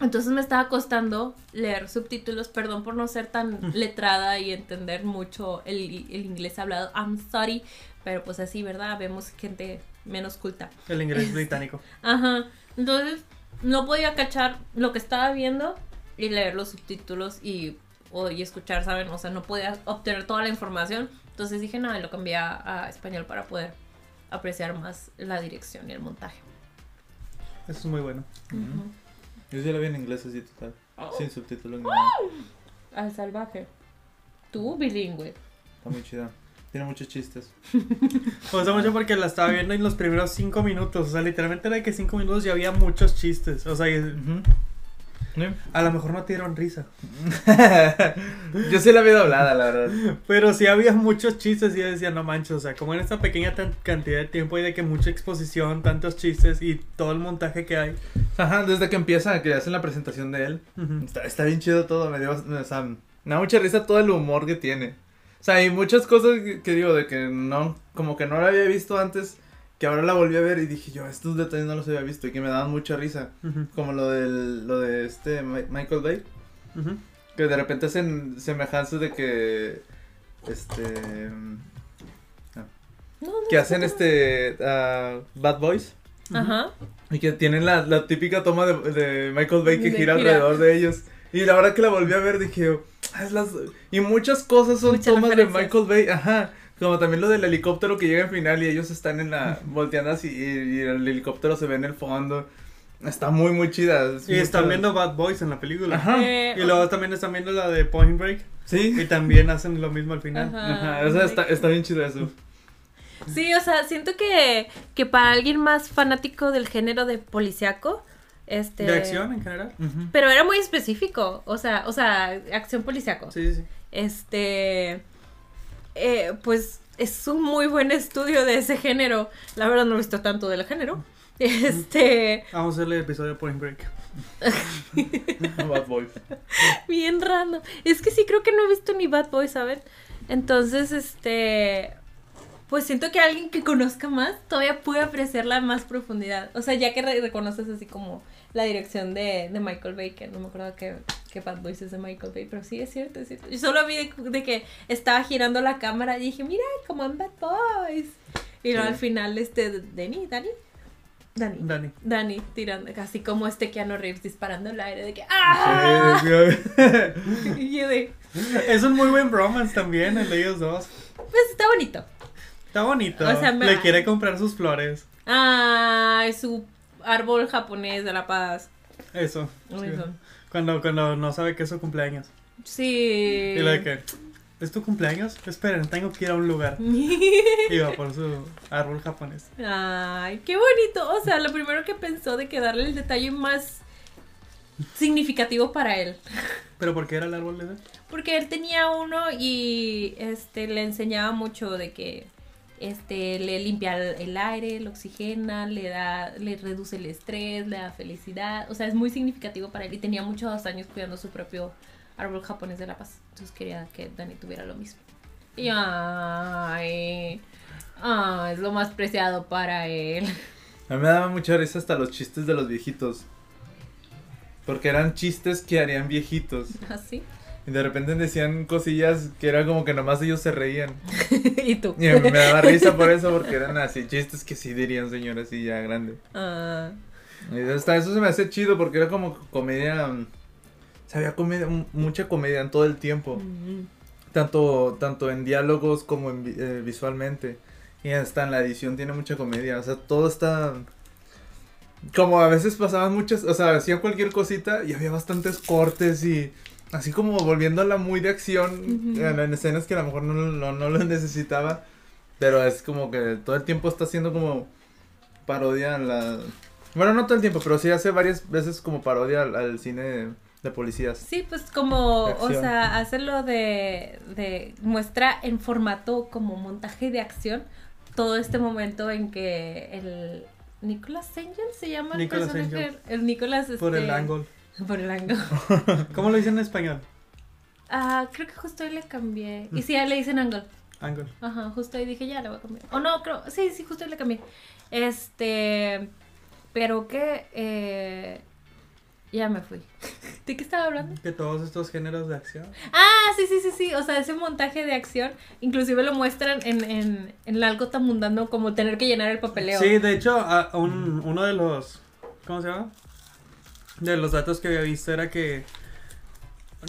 C: Entonces me estaba costando leer subtítulos, perdón por no ser tan letrada y entender mucho el, el inglés hablado. I'm sorry, pero pues así, ¿verdad? Vemos gente menos culta.
A: el inglés británico
C: Ajá. Entonces no podía cachar lo que estaba viendo y leer los subtítulos y, o- y escuchar, ¿saben? O sea, no podía obtener toda la información. Entonces dije, no, lo cambié a, a español para poder apreciar más la dirección y el montaje.
A: eso es muy bueno
C: Ujú.
B: Yo sí la vi en inglés así total.
C: Oh.
B: Sin subtítulos ni nada.
C: Al salvaje. Tú, bilingüe.
B: Está muy chida. Tiene muchos chistes.
A: Me gusta mucho porque la estaba viendo en los primeros cinco minutos. O sea, literalmente era de que cinco minutos ya había muchos chistes. O sea, y a lo mejor no te dieron risa.
B: Yo sí la vi doblada, la verdad.
A: Pero sí había muchos chistes y yo decía, no manches. O sea, como en esta pequeña tan- cantidad de tiempo y de que mucha exposición, tantos chistes y todo el montaje que hay.
B: Ajá, desde que empieza, que hacen la presentación de él.
A: Ujú.
B: Está, está bien chido todo, me dio. o sea, me da mucha risa todo el humor que tiene. O sea, hay muchas cosas que, que digo de que no, como que no la había visto antes, que ahora la volví a ver y dije yo, estos detalles no los había visto y que me daban mucha risa.
A: Ujú.
B: Como lo del, lo de este Mi- Michael Bay,
A: Ujú.
B: que de repente hacen semejanzas de que, este,
C: No, no,
B: que hacen este, ah, Bad Boys.
C: Ajá.
B: Y que tienen la, la típica toma de, de Michael Bay que
C: De gira.
B: gira alrededor de ellos. Y la verdad que la volví a ver, dije, "Ah, es las... y muchas cosas son
C: Muchas
B: tomas de
C: referencias.
B: Michael Bay, ajá. Como también lo del helicóptero que llega al final y ellos están en la volteando así y, y el helicóptero se ve en el fondo. Está muy, muy chida. es
A: Y están
B: mucho-
A: viendo Bad Boys en la película.
B: Ajá.
C: Eh,
A: Y luego también están viendo la de Point Break. Y
B: Sí.
A: también hacen lo mismo al final.
C: Ah,
B: Ajá, o sea, está, está bien chido eso.
C: Sí, o sea, siento que, que para alguien más fanático del género de policiaco, este...
A: De acción en general.
B: Ujú.
C: Pero era muy específico, o sea, o sea, acción policiaco.
A: Sí, sí.
C: Este, eh, pues es un muy buen estudio de ese género. La verdad no he visto tanto del género. Este,
A: Vamos a hacer el episodio de Point Break.
B: Bad Boys.
C: bien random. Es que sí creo que no he visto ni Bad Boy, ¿saben? Entonces, este, pues siento que alguien que conozca más todavía puede apreciarla a más profundidad. O sea, ya que re- reconoces así como la dirección de, de Michael Bay, que no me acuerdo que, que Bad Boys es de Michael Bay, pero sí es cierto, es cierto. Yo solo vi de, de que estaba girando la cámara y dije, mira, como en Bad Boys. Y luego
B: Sí.
C: al final, este, Dani, Dani. Dani.
A: Dani.
C: Dani tirando, así como este Keanu Reeves disparando al aire de que ¡Ah!
B: Sí, sí.
C: Y yo de,
A: Es un muy buen bromance también, el de ellos dos.
C: pues está bonito.
A: Está bonito.
C: O sea, me-
A: Le quiere comprar sus flores.
C: Ay, su Ah, árbol japonés de la paz.
A: Eso.
C: Eso.
A: Sí. Cuando, cuando no sabe que es su cumpleaños.
C: Sí.
A: Y le que, ¿es tu cumpleaños? Esperen, tengo que ir a un lugar. Y va por su árbol japonés.
C: Ay, qué bonito. O sea, lo primero que pensó de que darle el detalle más significativo para él.
A: ¿Pero por qué era el árbol de ese?
C: Porque él tenía uno y este le enseñaba mucho de que este le limpia el el aire, lo oxigena, le da, le reduce el estrés, le da felicidad. O sea, es muy significativo para él. Y tenía muchos años cuidando su propio árbol japonés de la paz. Entonces quería que Dani tuviera lo mismo. Y ay, ay, es lo más preciado para él.
B: A mí me daba mucha risa hasta los chistes de los viejitos. Porque eran chistes que harían viejitos.
C: Así.
B: Y de repente decían cosillas que era como que nomás ellos se reían.
C: y tú.
B: Y me daba risa por eso, porque eran así chistes que sí dirían señor así ya grande.
C: Ah,
B: Y hasta eso se me hace chido porque era como comedia. mm, Sabía comedia, m- mm, mucha comedia en todo el tiempo.
C: mm,
B: Tanto, tanto en diálogos como en, vi- eh, visualmente. Y hasta en la edición tiene mucha comedia. O sea, todo está. Como a veces pasaban muchas. O sea, hacían cualquier cosita y había bastantes cortes y. Así como volviéndola muy de acción
C: Ujú.
B: en, en escenas que a lo mejor no, no, no lo necesitaba. Pero es como que todo el tiempo está haciendo como parodia a la. Bueno, no todo el tiempo, pero sí hace varias veces como parodia al, al cine de, de policías.
C: Sí, pues como,
B: De
C: o
B: acción.
C: sea, hacerlo de, de muestra en formato como montaje de acción todo este momento en que el Nicolas Angel se llama el
A: Nicolas
C: personaje, el Nicolas
A: Por el
C: este,
A: ángel.
C: por el ángulo.
A: ¿Cómo lo dicen en español?
C: Ah, creo que justo ahí le cambié.
A: Mm.
C: Y sí, ahí le dicen ángulo.
A: Ángel.
C: Ajá, justo ahí dije, ya la voy a cambiar. O no, creo, sí, sí, justo ahí le cambié. Este, pero que eh, ya me fui. ¿De qué estaba hablando?
A: Que todos estos géneros de acción.
C: Ah, sí, sí, sí, sí. O sea, ese montaje de acción, inclusive lo muestran en, en, en algo tan mundano como tener que llenar el papeleo.
A: Sí, de hecho, a- un- uno de los. ¿Cómo se llama? De los datos que había visto era que.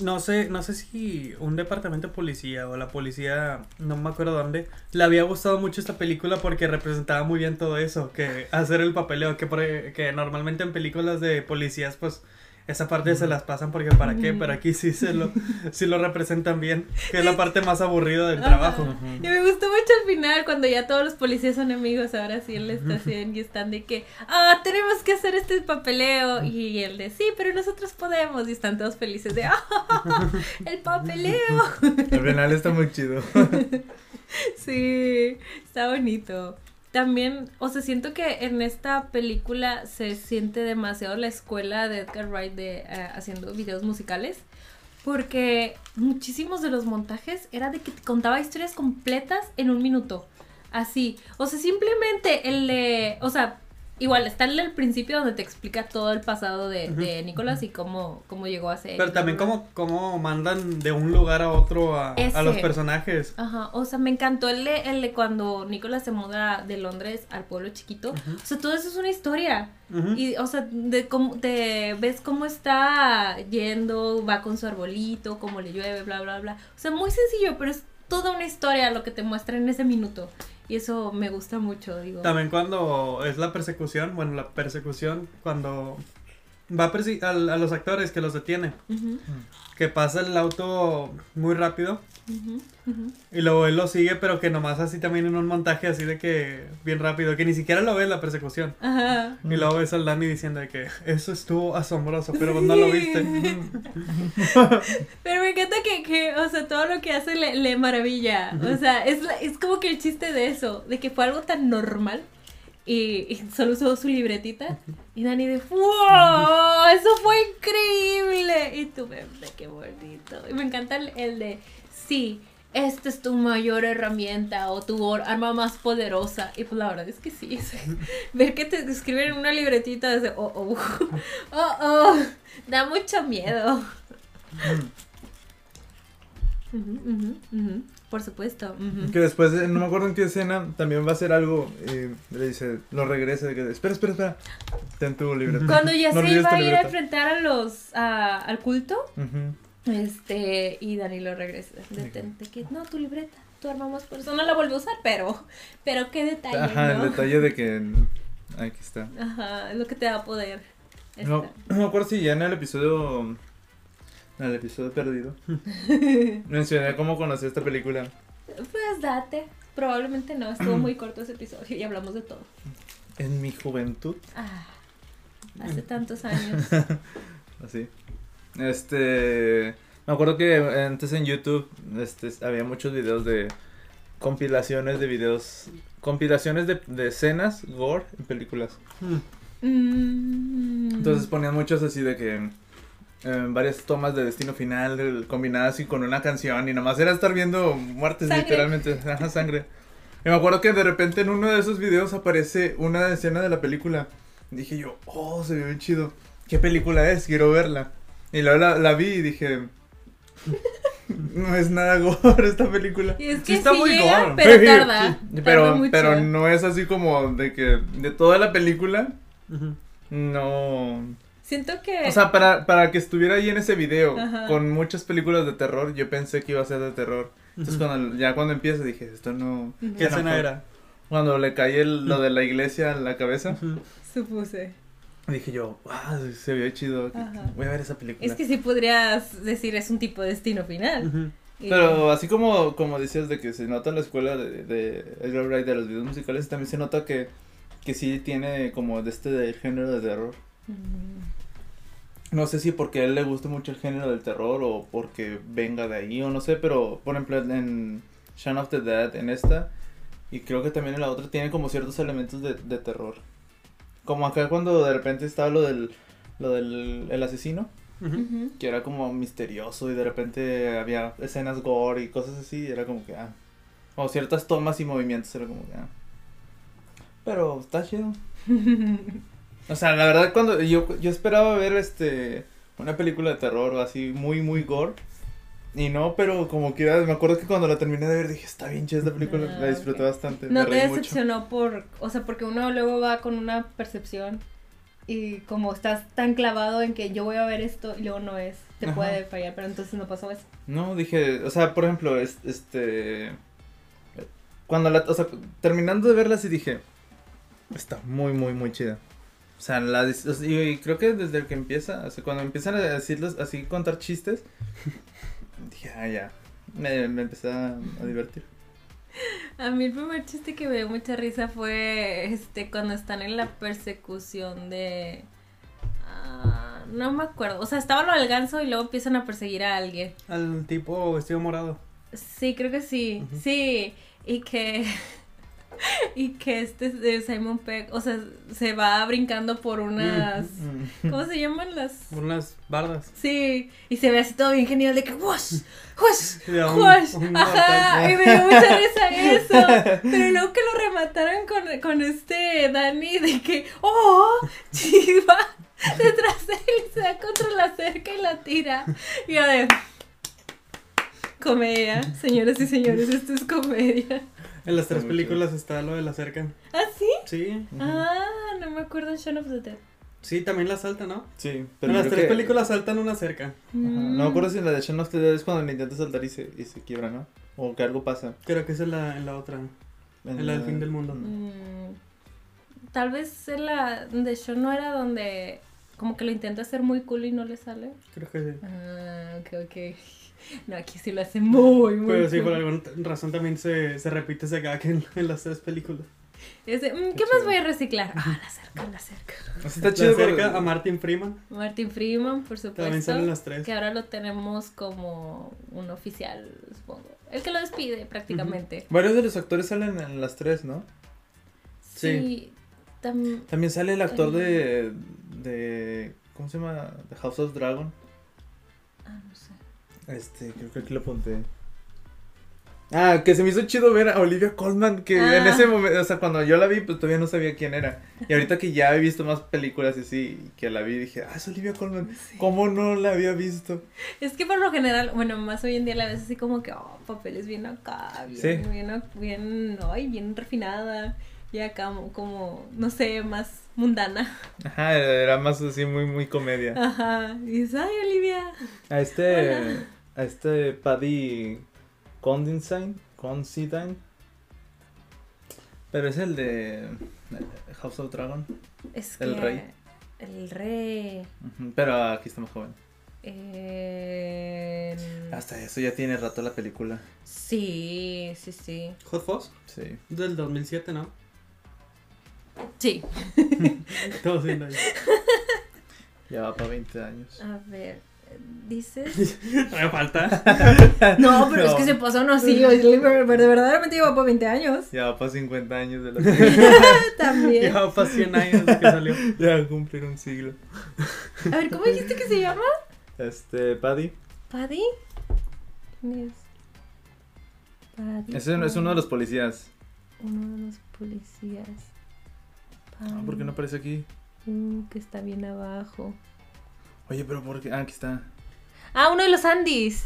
A: No sé, no sé si un departamento de policía o la policía, no me acuerdo dónde, le había gustado mucho esta película porque representaba muy bien todo eso, que hacer el papeleo, que, por- que normalmente en películas de policías, pues esa parte se las pasan porque para qué, pero aquí sí se lo, sí lo representan bien, que es la parte más aburrida del
C: Ajá.
A: trabajo.
C: Y me gustó mucho al final, cuando ya todos los policías son amigos, ahora sí en la estación y están de que, ah, tenemos que hacer este papeleo. Y él de, sí, pero nosotros podemos. Y están todos felices de, ah, el papeleo.
B: El final está muy chido.
C: Sí, está bonito. También, o sea, siento que en esta película se siente demasiado la escuela de Edgar Wright de, eh, haciendo videos musicales. Porque muchísimos de los montajes era de que te contaba historias completas en un minuto. Así. O sea, simplemente el de. O sea, Igual, está el del principio donde te explica todo el pasado de, de Nicolás y cómo, cómo llegó a ser.
A: Pero también cómo, cómo mandan de un lugar a otro a, a los
C: Ese.
A: personajes.
C: Ajá, o sea, me encantó el de, el de cuando Nicolás se muda de Londres al pueblo chiquito. O sea, todo eso es una historia.
A: Ujú.
C: Y, o sea, de cómo, te ves cómo está yendo, va con su arbolito, cómo le llueve, bla, bla, bla. O sea, muy sencillo, pero es toda una historia lo que te muestra en ese minuto. Y eso me gusta mucho, digo.
A: También cuando es la persecución, bueno, la persecución cuando va a, persi- al- a los actores que los detiene,
C: Ujú,
A: que pasa el auto muy rápido
C: ujú, ujú.
A: y luego él lo sigue, pero que nomás así también en un montaje así de que bien rápido, que ni siquiera lo ve la persecución.
C: Ajá.
A: Y luego ves al Dani diciendo de que eso estuvo asombroso, pero pues no lo viste.
C: Pero me encanta que, que, o sea, todo lo que hace le, le maravilla. O sea, es, la- es como que el chiste de eso, de que fue algo tan normal y, y solo usó su libretita. Y Dani de, ¡wow! ¡Eso fue increíble! Y tú, me qué bonito. Y me encanta el, el de, sí, esta es tu mayor herramienta o tu or- arma más poderosa. Y pues la verdad es que sí. o sea, ver que te escriben en una libretita es de, oh, oh, oh, oh, da mucho miedo. Ujú, ujú, ujú. Por supuesto. ujú.
B: Que después, eh, no me acuerdo en qué escena, también va a ser algo. eh, le dice, lo regresa. de que, espera, espera, espera. Ten tu libreta.
C: Cuando ya
B: No
C: se
B: olvides
C: iba
B: tu
C: a ir a
B: libreta.
C: enfrentar a los a- al culto,
B: Ujú.
C: este, y Danilo regresa. Detente, que no, tu libreta, tu arma más poderosa. No la volvió a usar, pero, pero qué detalle,
B: Ajá,
C: ¿no?
B: el detalle de que. Aquí está.
C: Ajá, es lo que te da poder. este,
B: No,
C: Está.
B: no me acuerdo si ya en el episodio. En el episodio perdido. mencioné cómo conocí esta película.
C: Pues date. Probablemente no, estuvo muy corto ese episodio y hablamos de todo.
B: En mi juventud.
C: Ah, hace tantos años.
B: Así. Este. Me acuerdo que antes en YouTube este, había muchos videos de compilaciones de videos. Compilaciones de, de escenas, gore, en películas.
C: Mm.
B: Entonces ponían muchos así de que. eh, varias tomas de destino final el- combinadas así con una canción y nomás era estar viendo muertes
C: Sangre.
B: literalmente, ajá, sangre. Y me acuerdo que de repente en uno de esos videos aparece una escena de la película. Dije yo, oh, se ve bien chido. ¿Qué película es? Quiero verla. Y luego la, la vi y dije, no es nada gore esta película.
C: Y es que
A: Sí está
C: sí
A: muy
C: llega,
A: gore.
C: pero
B: Sí,
C: tarda.
B: sí,
C: tarda
B: pero,
C: mucho.
B: pero no es así como de que de toda la película,
A: Ujú.
B: no...
C: Siento que.
B: O sea, para, para que estuviera ahí en ese video
C: Ajá.
B: con muchas películas de terror, yo pensé que iba a ser de terror. Entonces,
A: Ujú.
B: cuando, ya cuando empieza, dije, esto no.
C: Ujú.
A: ¿Qué escena era?
B: Cuando le cae el- lo de la iglesia en la cabeza,
A: Ujú.
C: supuse.
B: dije yo, ah, se vio chido.
C: Ajá.
B: Voy a ver esa película.
C: Es que sí podrías decir es un tipo de destino final.
A: Ujú.
C: Y-
B: Pero así como, como decías de que se nota en la escuela de, de Edgar Wright de los videos musicales, también se nota que, que sí tiene como de este del género de terror.
C: Mm.
B: No sé si porque a él le gusta mucho el género del terror o porque venga de ahí o no sé, pero por ejemplo en Shaun of the Dead, en esta, y creo que también en la otra, tiene como ciertos elementos de, de terror. Como acá cuando de repente estaba lo del, lo del el asesino,
A: Ujú.
C: Ujú.
B: que era como misterioso y de repente había escenas gore y cosas así, y era como que, ah, o ciertas tomas y movimientos, era como que, ah. Pero está chido. O sea, la verdad cuando yo, yo esperaba ver este una película de terror o así muy muy gore y no, pero como que era- me acuerdo que cuando la terminé de ver dije, está bien chida esta película,
C: Ah,
B: la disfruté
C: ok.
B: bastante,
C: No
B: me
C: te
B: reí mucho.
C: decepcionó por. O sea, porque uno luego va con una percepción y como estás tan clavado en que yo voy a ver esto y luego no es. Te
B: Ajá.
C: puede fallar, pero entonces no pasó eso.
B: No, dije, o sea, por ejemplo, es- este cuando la, o sea, terminando de verla sí dije, está muy muy muy chida. O sea, la, dis- o sea, y, y creo que desde el que empieza, o sea, cuando empiezan a decirlos así contar chistes, dije, ah, ya. Me, me empecé a- a divertir.
C: A mí el primer chiste que me dio mucha risa fue este cuando están en la persecución de ah, no me acuerdo, o sea, estaba lo del ganso y luego empiezan a perseguir a alguien.
A: Al tipo vestido morado.
C: Sí, creo que sí. Sí, y que y que este de Simon Peck, o sea, se va brincando por unas. ¿Cómo se llaman las?
A: Unas bardas.
C: Sí, y se ve así todo bien genial de que ¡wash! ¡wash!
A: Y da un-
C: ¡wash!
A: un
C: Ajá,
A: mortal.
C: y me dio mucha risa eso. Pero luego que lo remataron con, con este Dani de que ¡oh! Chiva detrás de él y se da contra la cerca y la tira. Y yo de. Comedia, señoras y señores, esto es comedia.
A: En las tres
B: Está muy
A: películas está lo de la cerca.
C: ¿Ah, sí?
A: Sí.
C: Ah, no me acuerdo en Shaun of the Dead.
A: Sí, también la salta, ¿no?
B: Sí,
A: en las
B: creo
A: tres
B: que-
A: películas Mm. saltan una cerca.
B: Ajá,
C: Mm,
B: No me acuerdo si en la de Shaun of the Dead es cuando le intenta saltar y se, y se quiebra, ¿no? O que algo pasa.
A: Creo que esa es la, en la otra. En la del fin del mundo.
C: Mm, Tal vez en la de show no era donde como que lo intenta hacer muy cool y no le sale.
A: Creo que sí.
C: Ah, ok, ok. No, aquí sí lo hace muy, muy
A: Pero sí,
C: cool.
A: por alguna t- razón también se, se repite ese gag en, en las tres películas.
C: Es de, mm, ¿Qué más voy a reciclar? Ah, la cerca, la cerca.
B: Está
A: la
B: chido
A: cerca
B: porque-
A: a Martin Freeman.
C: Martin Freeman, por
A: También salen
C: supuesto.
A: las tres.
C: Que ahora lo tenemos como un oficial, supongo. El que lo despide prácticamente.
B: Varios de los actores salen en las tres, ¿no?
A: Sí.
C: Sí. tam-
B: También sale el actor de. de ¿Cómo se llama? De House of Dragon.
C: ah, no sé.
B: Este, creo que aquí lo apunté. Ah, que se me hizo chido ver a Olivia Colman, que en
C: Ah.
B: ese momento, o sea, cuando yo la vi, pues todavía no sabía quién era. Y ahorita que ya he visto más películas y así, que la vi, dije, ah, es Olivia Colman, ¿cómo no la había visto?
C: Es que por lo general, bueno, más hoy en día la ves así como que, oh, papeles bien acá, bien,
B: Sí.
C: bien, bien, ay, bien refinada, y acá como, como, no sé, más mundana.
B: Ajá, era más así, muy, muy
C: Ah.
B: comedia.
C: Ajá, y dices, ay, Olivia.
B: A este, a este Paddy Condensine, Considine. Pero es el de eh, House of Dragon.
C: Es que...
B: El rey.
C: El rey.
B: Ujú, Pero aquí está más joven.
C: eh, en-
B: Hasta eso ya tiene rato la película.
C: Sí, sí, sí.
A: Hot Fuzz.
B: Sí.
A: Del 2007, ¿no?
C: Sí.
A: Todos en ahí.
B: Ya va para 20 años.
C: A ver, dices...
A: Todavía falta.
C: Ah. No, pero es
B: No.
C: que se pasó, no, sí, Oliver, de verdaderamente lleva por 20 años.
B: Ya va para 50 años de la
C: También.
A: Ya pasó 100 años desde que salió.
B: Ya va a cumplir un siglo.
C: A ver, ¿cómo dijiste que se llama?
B: Este, Paddy.
C: ¿Paddy? ¿Quién es? Paddy.
B: Ese es uno de los policías.
C: Uno de los policías.
B: Ah, ¿Por qué no
C: Paddy.
B: aparece aquí?
C: Uh, que está bien abajo.
B: Oye, pero ¿por qué? Ah, aquí está.
C: Ah, uno de los Andis.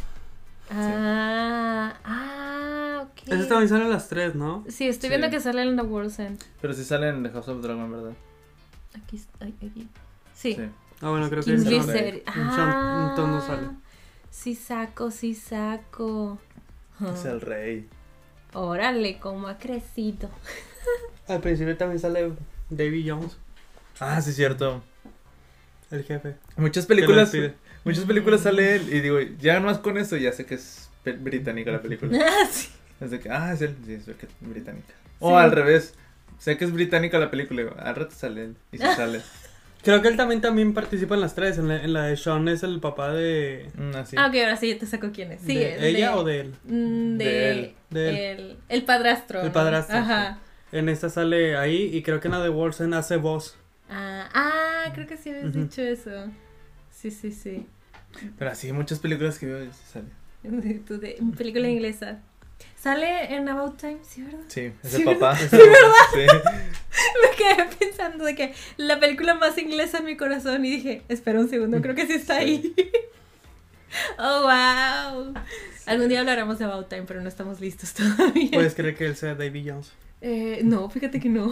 C: Ah, ah, ok.
A: Esas también salen las tres, ¿no?
C: Sí, estoy
B: Sí.
C: viendo que sale en The World's End.
B: Pero sí sale en The House of Dragon, ¿verdad?
C: Aquí está. ay, aquí. Sí.
A: Ah, bueno, creo que
C: King
A: es
B: Sean-
A: Sean.
C: Glitter.
A: en Sean- en Tom no sale.
C: Ah, Sí saco, sí saco. Ah,
B: Es el rey.
C: Órale, cómo ha crecido.
A: Al principio también sale Davy Jones,
B: Ah, sí, cierto.
A: el jefe.
B: Muchas películas.
A: Que lo despide.
B: Muchas películas
C: Mm.
B: sale él y digo, ya más con eso ya sé que es pe- británica la película.
C: Ah, sí.
B: Es de que, ah, es él, sí, es que es británica. O al revés, sé que es británica la película, y digo, al rato sale él y se sale.
A: Creo que él también, también participa en las tres. En la, en la de Sean es el papá de.
B: Mm, así.
C: Ah, ok, ahora sí, ya te saco quién es. Sí,
A: de
C: es
A: ella
C: de,
A: o de él.
C: Mm, De,
B: de él,
A: de
C: El, el padrastro.
A: El
C: ¿no?
A: padrastro,
C: Ajá.
A: En esta sale ahí y creo que en la de Wolsen hace voz.
C: Ah, ah, creo que sí habías
A: Ujú.
C: dicho eso. Sí, sí, sí.
B: Pero así, muchas películas que veo y se sale.
C: Tú de- película inglesa. Sale en About Time, ¿sí, verdad?
B: Sí, es
C: Sí,
B: el papá. Sí, ¿verdad?
C: Me quedé pensando de que la película más inglesa en mi corazón y dije, espera un segundo, creo que sí está ahí. oh, wow. Algún día hablaremos de About Time, pero no estamos listos todavía.
B: Pues
A: Puedes creer que él sea Davy Jones.
C: Eh, no, fíjate que no.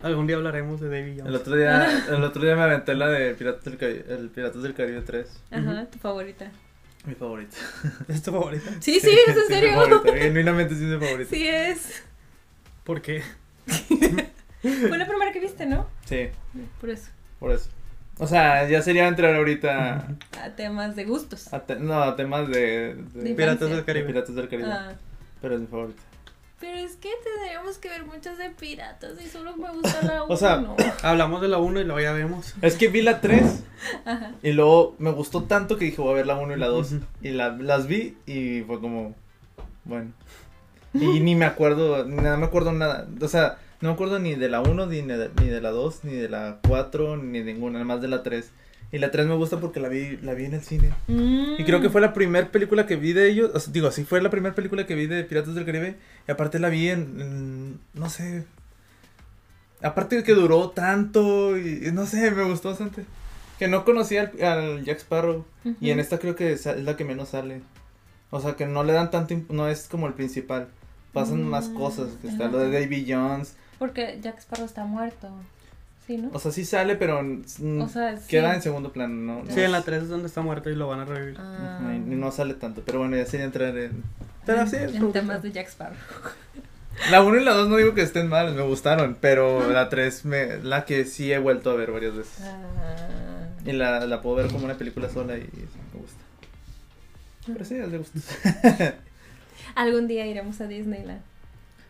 A: Algún día hablaremos de Davy
B: El
A: Jones.
B: otro día, el otro día me aventé la de Piratas del, Cari- el Piratas del Caribe 3,
C: Ajá, tu favorita.
B: mi favorita.
A: ¿Es tu favorita?
C: Sí, sí, es en
B: Sí, mi
C: serio.
B: favorita, Genuinamente sí es mi favorita.
C: Sí es.
A: ¿Por qué?
C: Fue la primera que viste, ¿no?
B: Sí,
C: Por eso.
B: por eso. O sea, ya sería entrar ahorita
C: A Ah, temas de gustos.
B: A te- no, a temas de, de-
C: De
A: Piratas
C: Infancia.
A: del
B: de
A: Caribe.
B: Piratas del Caribe.
C: Ah,
B: Pero es mi favorito.
C: pero es que tendríamos que ver muchas de piratas y solo me gusta la uno.
B: O sea,
A: Hablamos de la 1 y luego ya vemos.
B: Es que vi la 3 y luego me gustó tanto que dije voy a ver la 1 y la 2.
A: Ujú.
B: Y la- las vi y fue como, bueno. Y ni me acuerdo, ni nada me acuerdo nada. O sea, no me acuerdo ni de la 1, ni de, ni de la 2, ni de la 4, ni de ninguna, nada más de la 3. Y la 3 me gusta porque la vi, la vi en el cine. Y creo que fue la primera película que vi de ellos. O sea, digo, sí fue la primera película que vi de Piratas del Caribe. Y aparte la vi en, en- no sé. Aparte de que duró tanto y y no sé, me gustó bastante. Que no conocía al, al Jack Sparrow. Y en esta creo que sa- es la que menos sale. O sea, que no le dan tanto, imp- no es como el principal. Pasan más
C: Mm,
B: cosas, que está
C: ajá.
B: lo de Davy Jones.
C: Porque Jack Sparrow está muerto. Sí, ¿no?
B: O sea, sí sale, pero mm,
C: O sea, sí.
B: queda en segundo plano, ¿no?
A: Sí, en la 3 es donde está muerto y lo van a revivir.
C: Ah.
B: Ujú, y no sale tanto, pero bueno, ya sería entrar en... Pero sí, es
C: En
B: como-
C: temas de Jack Sparrow.
B: La 1 y la 2 no digo que estén mal, me gustaron, pero la 3 me la que sí he vuelto a ver varias veces.
C: Ah.
B: Y la, la puedo ver como una película sola y sí, me gusta.
C: Ah.
B: Pero sí, le gusta.
C: Algún día iremos a Disneyland.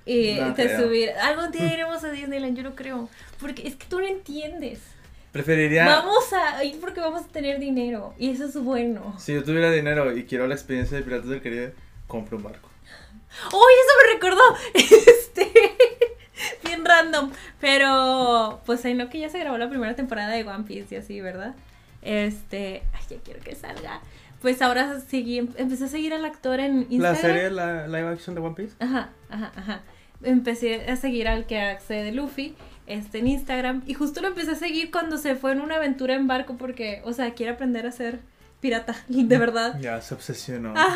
C: Y
B: No
C: te
B: creo.
C: subir. Algún día iremos a Disneyland, yo lo creo. Porque es que tú no entiendes.
B: Preferiría
C: Vamos a ir porque vamos a tener dinero. Y eso es bueno.
B: si yo tuviera dinero y quiero la experiencia de Piratas del Caribe, compro un barco.
C: ¡Uy! eso me recordó. Este. Bien random. Pero. Pues ahí no que ya se grabó la primera temporada de One Piece y así, ¿verdad? Este. Ay, ya quiero que salga. Pues ahora seguí. Empecé a seguir al actor en Instagram.
A: La serie, la live action de One Piece.
C: Ajá, ajá, ajá. Empecé a seguir al que hace de Luffy este, en Instagram y justo lo empecé a seguir cuando se fue en una aventura en barco porque, o sea, quiere aprender a ser pirata, de verdad.
B: Ya, se obsesionó.
C: Ah.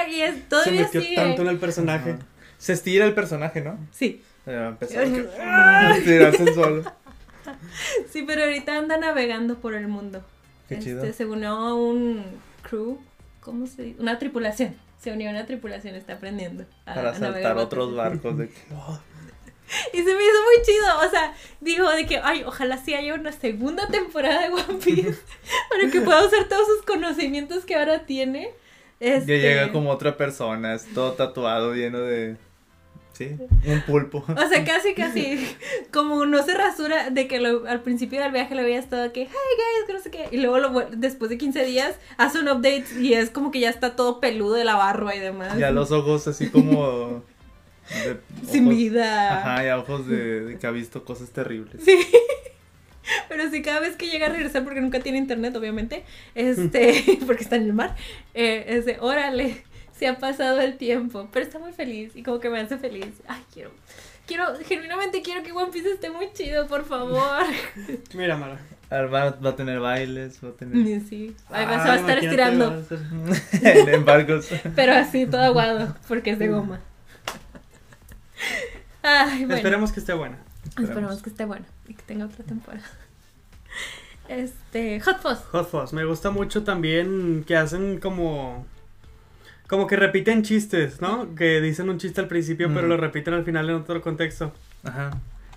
C: Ajá, y es,
A: Se
C: todavía
A: metió
C: sigue.
A: tanto en el personaje.
B: Ajá. Se estira el personaje, ¿no?
C: Sí,
B: Eh, empezó a que- a estirarse el suelo.
C: sí, pero ahorita anda navegando por el mundo.
B: Qué chido.
C: Este, se unió a un crew, ¿cómo se dice? Una tripulación. Se unió a una tripulación, está aprendiendo. a-
B: Para
C: a navegar
B: saltar
C: barcos.
B: otros barcos. De...
C: Y se me hizo muy chido, o sea, dijo de que, ay, ojalá sí haya una segunda temporada de One Piece para que pueda usar todos sus conocimientos que ahora tiene. Este,
B: Ya llega como otra persona, es todo tatuado, lleno de... Sí, un pulpo.
C: O sea, casi, casi, como no se rasura de que lo- al principio del viaje lo había estado que, hey guys, que no sé qué, y luego lo vuel- después de 15 días hace un update y es como que ya está todo peludo de la barba y demás.
B: Ya los ojos así como... de
C: Sin
B: ojos-
C: vida.
B: Ajá, ya ojos de, de que ha visto cosas terribles.
C: Sí. Pero sí, cada vez que llega a regresar, porque nunca tiene internet, obviamente, este, porque está en el mar, eh, es de, órale, se ha pasado el tiempo, pero está muy feliz y como que me hace feliz. Ay, quiero, quiero, genuinamente quiero que One Piece esté muy chido, por favor.
A: Mira, Mara.
B: A ver, Va, va a tener bailes, va a tener...
C: Y sí, además
B: Ah,
C: se va a estar estirando,
B: en barcos.
C: pero así, todo aguado, porque es de goma. Ay, bueno.
A: Esperemos que esté buena.
C: Esperemos. que esté bueno y que tenga otra temporada. Este, Hot Fuzz.
A: Hot Fuzz, me gusta mucho también que hacen como... Como que repiten chistes, ¿no? Que dicen un chiste al principio, pero
B: Mm.
A: lo repiten al final en otro contexto.
B: Ajá.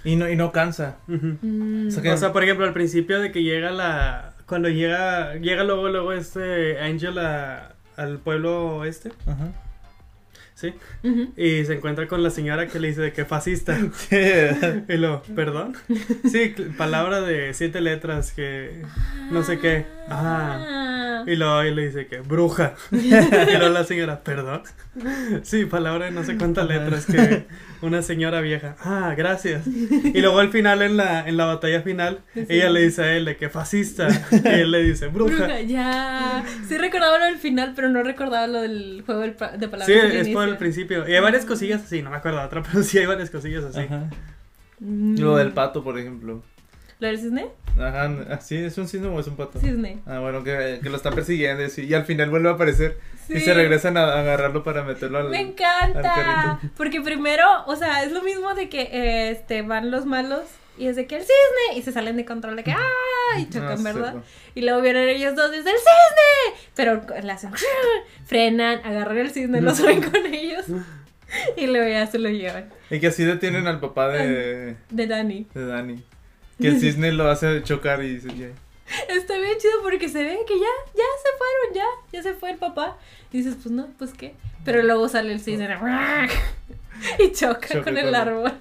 B: Y no, y no cansa.
A: Ujú.
C: Mm.
B: O sea,
A: O sea, por ejemplo, al principio de que llega la... Cuando llega... Llega luego, luego este Angel a- al pueblo este,
B: Ajá.
A: ¿sí?
C: Ujú.
A: Y se encuentra con la señora que le dice de que fascista.
B: Sí.
A: Y lo, ¿perdón? Sí, cl- palabra de siete letras que no sé qué. Ah.
C: Ah.
A: Y luego ahí le dice que bruja. Y luego la señora, ¿perdón? Sí, palabra de no sé cuántas letras que una señora vieja. Ah, gracias. Y luego al final, en la, en la batalla final, ella le dice a él de que fascista. Y él le dice bruja.
C: Bruja, ya. Sí recordaba lo del final, pero no recordaba lo del juego del pa- de palabras.
A: Sí,
C: del
A: es por el
C: inicio.
A: principio. Y hay varias cosillas así, no me acuerdo de otra, pero sí hay varias cosillas así.
B: Ajá.
C: Mm.
B: Lo del pato, por ejemplo.
C: ¿Lo del cisne?
B: Ajá, así es un síndrome o es un pato.
C: Cisne.
B: Ah, bueno, que, que lo están persiguiendo y, así, y al final vuelve a aparecer
C: Sí.
B: y se regresan a, a agarrarlo para meterlo al...
C: Me
B: al
C: encanta.
B: carrito.
C: Porque primero, o sea, es lo mismo de que eh, este, van los malos y es de que el cisne y se salen de control de que ¡ah! y chocan,
B: Ah, sí,
C: ¿verdad?
B: pues.
C: Y luego vienen ellos dos y es el cisne. Pero le hacen frenan, agarran el cisne, lo suben con ellos y luego ya se lo llevan.
B: Y que así detienen al papá de,
C: De Dani.
B: de Dani. Que el cisne lo hace chocar y dice, "Ya".
C: Está bien chido porque se ve que ya, ya se fueron, ya, ya se fue el papá. Y dices, pues no, pues qué. Pero luego sale el cisne y choca,
B: Choca
C: con el
B: con-
C: árbol.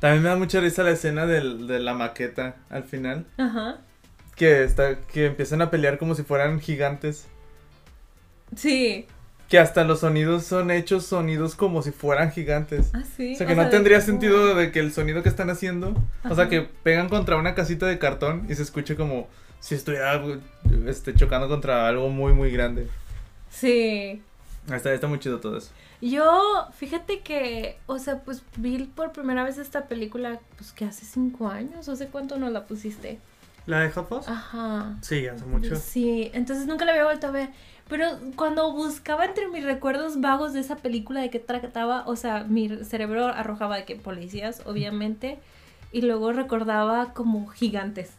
B: También me da mucha risa la escena del, de la maqueta al final.
C: Ajá.
B: Que, está, que empiezan a pelear como si fueran gigantes.
C: Sí.
B: que hasta los sonidos son hechos sonidos como si fueran gigantes.
C: Ah, sí.
B: O sea, que no
C: de
B: tendría
C: que-
B: sentido de que el sonido que están haciendo, o sea,
C: Ajá.
B: que pegan contra una casita de cartón y se escuche como si estuviera este, chocando contra algo muy, muy grande.
C: Sí.
B: Está, está muy chido todo eso.
C: Yo, fíjate que, o sea, pues vi por primera vez esta película, pues que hace cinco años, o sé cuánto nos la pusiste.
A: ¿La de Hot
C: Ah.
A: Fuzz?
C: Ajá.
A: Sí, hace mucho.
C: Sí, entonces nunca la había vuelto a ver. Pero cuando buscaba entre mis recuerdos vagos de esa película de qué trataba, o sea, mi cerebro arrojaba de que policías, obviamente, y luego recordaba como gigantes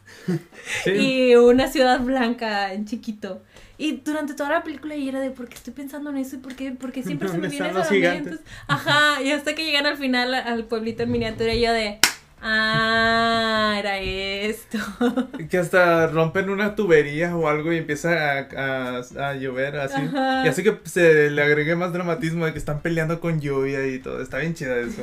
A: Sí.
C: y una ciudad blanca en chiquito. Y durante toda la película y era de por qué estoy pensando en eso y por qué, porque siempre se me
A: ¿Dónde
C: viene
A: están
C: eso
A: los
C: a la mente.
A: gigantes?
C: Entonces, Ajá, y hasta que llegan al final a- al pueblito en miniatura y yo de, ah, era esto.
B: Que hasta rompen una tubería o algo y empieza a, a- a llover así.
C: Ajá.
B: Y así que se le agregue más dramatismo de que están peleando con lluvia y todo. Está bien chida eso.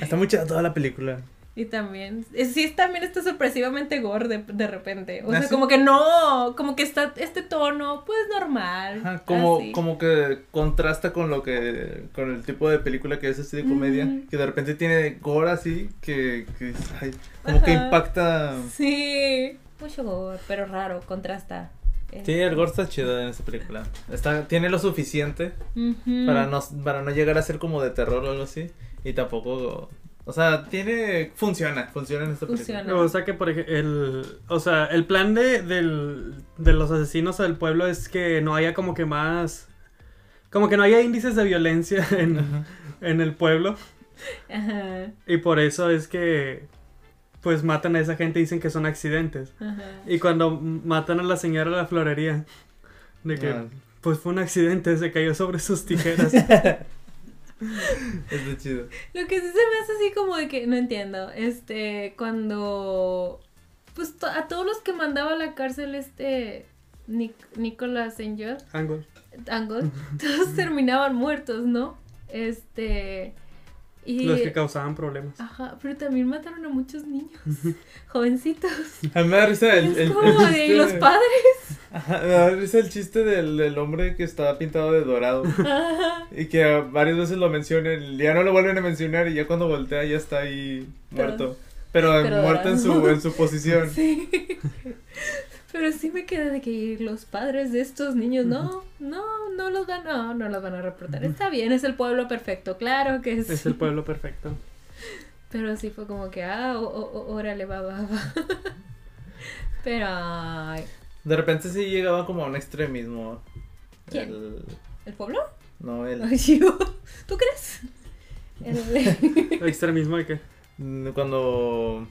B: está muy chida toda la película.
C: Y también, eh, sí, es- también está sorpresivamente gore de, de repente. O
B: ¿Ah,
C: sea,
B: sí?
C: como que no, como que está este tono, pues normal. Ah,
B: Ajá, como,
C: así.
B: como que contrasta con lo que, con el tipo de película que es así de comedia,
C: Ujú.
B: que de repente tiene gore así, que, que es- ay, como que
C: Ajá.
B: impacta.
C: Sí, mucho gore, pero raro, contrasta. Eh,
D: Sí, el gore está chido en esta película. Está, tiene lo suficiente
C: ujú.
D: para no, para no llegar a ser como de terror o algo así. Y tampoco. O sea, tiene.
B: Funciona, funciona en esta película.
C: Funciona.
A: Me gusta que, por ejemplo, el, o sea, el plan de, del- de los asesinos del pueblo es que no haya como que más, como que no haya índices de violencia en, en el pueblo.
C: Ajá,
A: Y por eso es que, pues, matan a esa gente y dicen que son accidentes.
C: ajá.
A: Y cuando matan a la señora de la florería, de que,
B: Ah.
A: pues, fue un accidente, se cayó sobre sus tijeras.
B: Está chido.
C: Lo que sí se me hace así como de que, no entiendo, este, cuando, pues to- a todos los que mandaba a la cárcel este Nic Nicolás Angel,
A: Angle.
C: Angle, todos terminaban muertos, ¿no? Este, y...
A: Los que causaban problemas.
C: Ajá, pero también mataron a muchos niños, jovencitos.
B: A mí me da risa el,
C: Es
B: el- el este
C: como de
B: chiste-
C: "¿Y los padres.
B: Ajá, me da risa el chiste del, del hombre que está pintado de dorado.
C: Ajá.
B: Y que ah, varias veces lo mencionan, y ya no lo vuelven a mencionar y ya cuando voltea ya está ahí muerto. Pero, eh,
C: Pero
B: muerto en su,
C: dorado.
B: en su posición.
C: Sí. Pero sí me quedé de que "¿Y los padres de estos niños, no, no, no los van, no, no los van a reportar. Está bien, es el pueblo perfecto, claro que sí.
A: Es el pueblo perfecto.
C: Pero sí fue como que, ah, o- o- o- órale, va, va, va. Pero, ay,
D: De repente sí llegaba como a un extremismo.
C: ¿Quién?
D: El-
C: ¿el pueblo?
D: no, el.
C: Ay, yo, ¿Tú crees? El-
A: Extremismo de que...
D: mm, Cuando.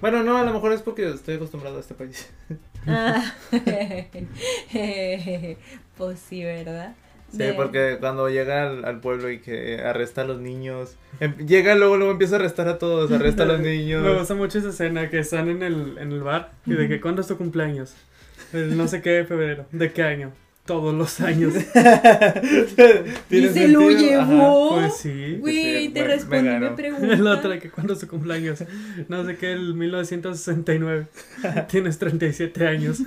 D: Bueno, no, a lo mejor es porque estoy acostumbrado a este país.
C: Ah, pues sí, ¿verdad?
D: Sí,
C: De-
D: porque cuando llega al, al pueblo y que arresta a los niños. em- llega luego, luego empieza a arrestar a todos, arresta a los
A: Me
D: niños.
A: gusta mucho esa escena que están en el, en el bar y de que ¿cuándo es tu cumpleaños? El no sé qué de febrero. ¿De qué año? Todos los años.
C: Y
D: Tiene
C: se lo
D: sentido,
C: llevó.
A: Pues sí.
C: Güey,
D: Sí,
C: te
D: me- me
C: respondí mi
D: ganó.
C: pregunta.
A: El otro de que ¿cuándo es tu cumpleaños? No sé qué, el 1969. Tienes 37 años.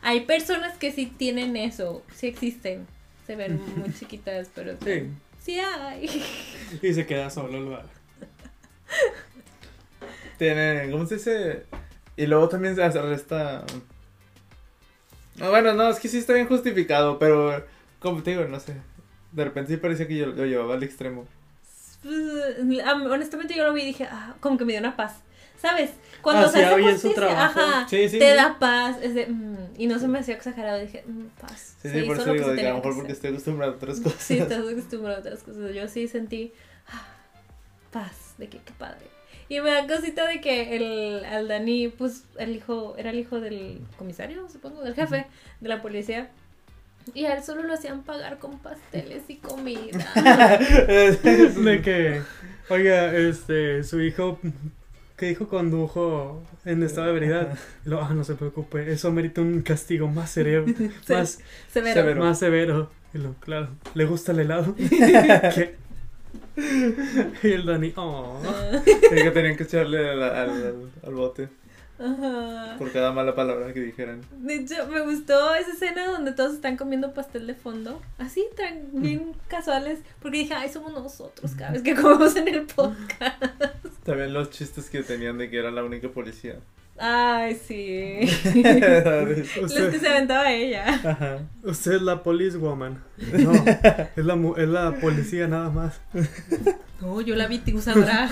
C: Hay personas que sí tienen eso, sí existen. Se ven muy chiquitas, pero
A: Sí.
C: sí hay.
A: Y se queda solo el bar.
B: Tiene, ¿cómo se dice? Y luego también se arresta. Ah, bueno, no, es que sí está bien justificado, pero como te digo, no sé. De repente sí parecía que yo lo llevaba al extremo.
C: Pues, am- Honestamente yo lo vi y dije, ah, como que me dio una paz. ¿Sabes?
B: Ah,
C: Cuando se
A: Hacía
C: hace
A: bien su
C: justicia,
A: trabajo.
C: ajá,
B: Sí, sí,
C: te
B: sí.
C: da paz. es de, mm, y no se me hacía exagerado, dije, mm, paz.
B: Sí,
C: Se
B: sí, por
C: hizo
B: eso
C: lo que se
B: digo, de que a lo
C: tenía que
B: mejor porque
C: hacer.
B: estoy acostumbrado a otras cosas.
C: Sí, estás acostumbrado a otras cosas. Yo sí sentí ah, paz, de que qué padre. Y me da cosita de que el al Dani, pues el hijo, era el hijo del comisario, supongo, del jefe de la policía. Y a él solo lo hacían pagar con pasteles y comida.
A: De que, oiga, este, su hijo, ¿qué hijo condujo en estado de ebriedad? Y luego, ah, no se preocupe, eso merita un castigo más severo. Más,
C: Severo.
B: Severo.
A: más severo. Y lo, claro, ¿le gusta el helado? ¿Qué? Y el Dani, oh.
C: Ah,
B: Sí, que tenían que echarle al, al- al- al bote.
C: Ajá.
B: por cada mala palabra que dijeran.
C: De hecho, me gustó esa escena donde todos están comiendo pastel de fondo. Así, tan bien casuales. Porque dije, ay, somos nosotros cada vez que comemos en el podcast.
B: También los chistes que tenían de que era la única policía.
C: Ay, sí. Los
A: Usted-
C: que se aventaba ella.
B: Ajá.
A: Usted es la police woman. No, es la, mu- es la policía nada más.
C: No, yo la vi usadora.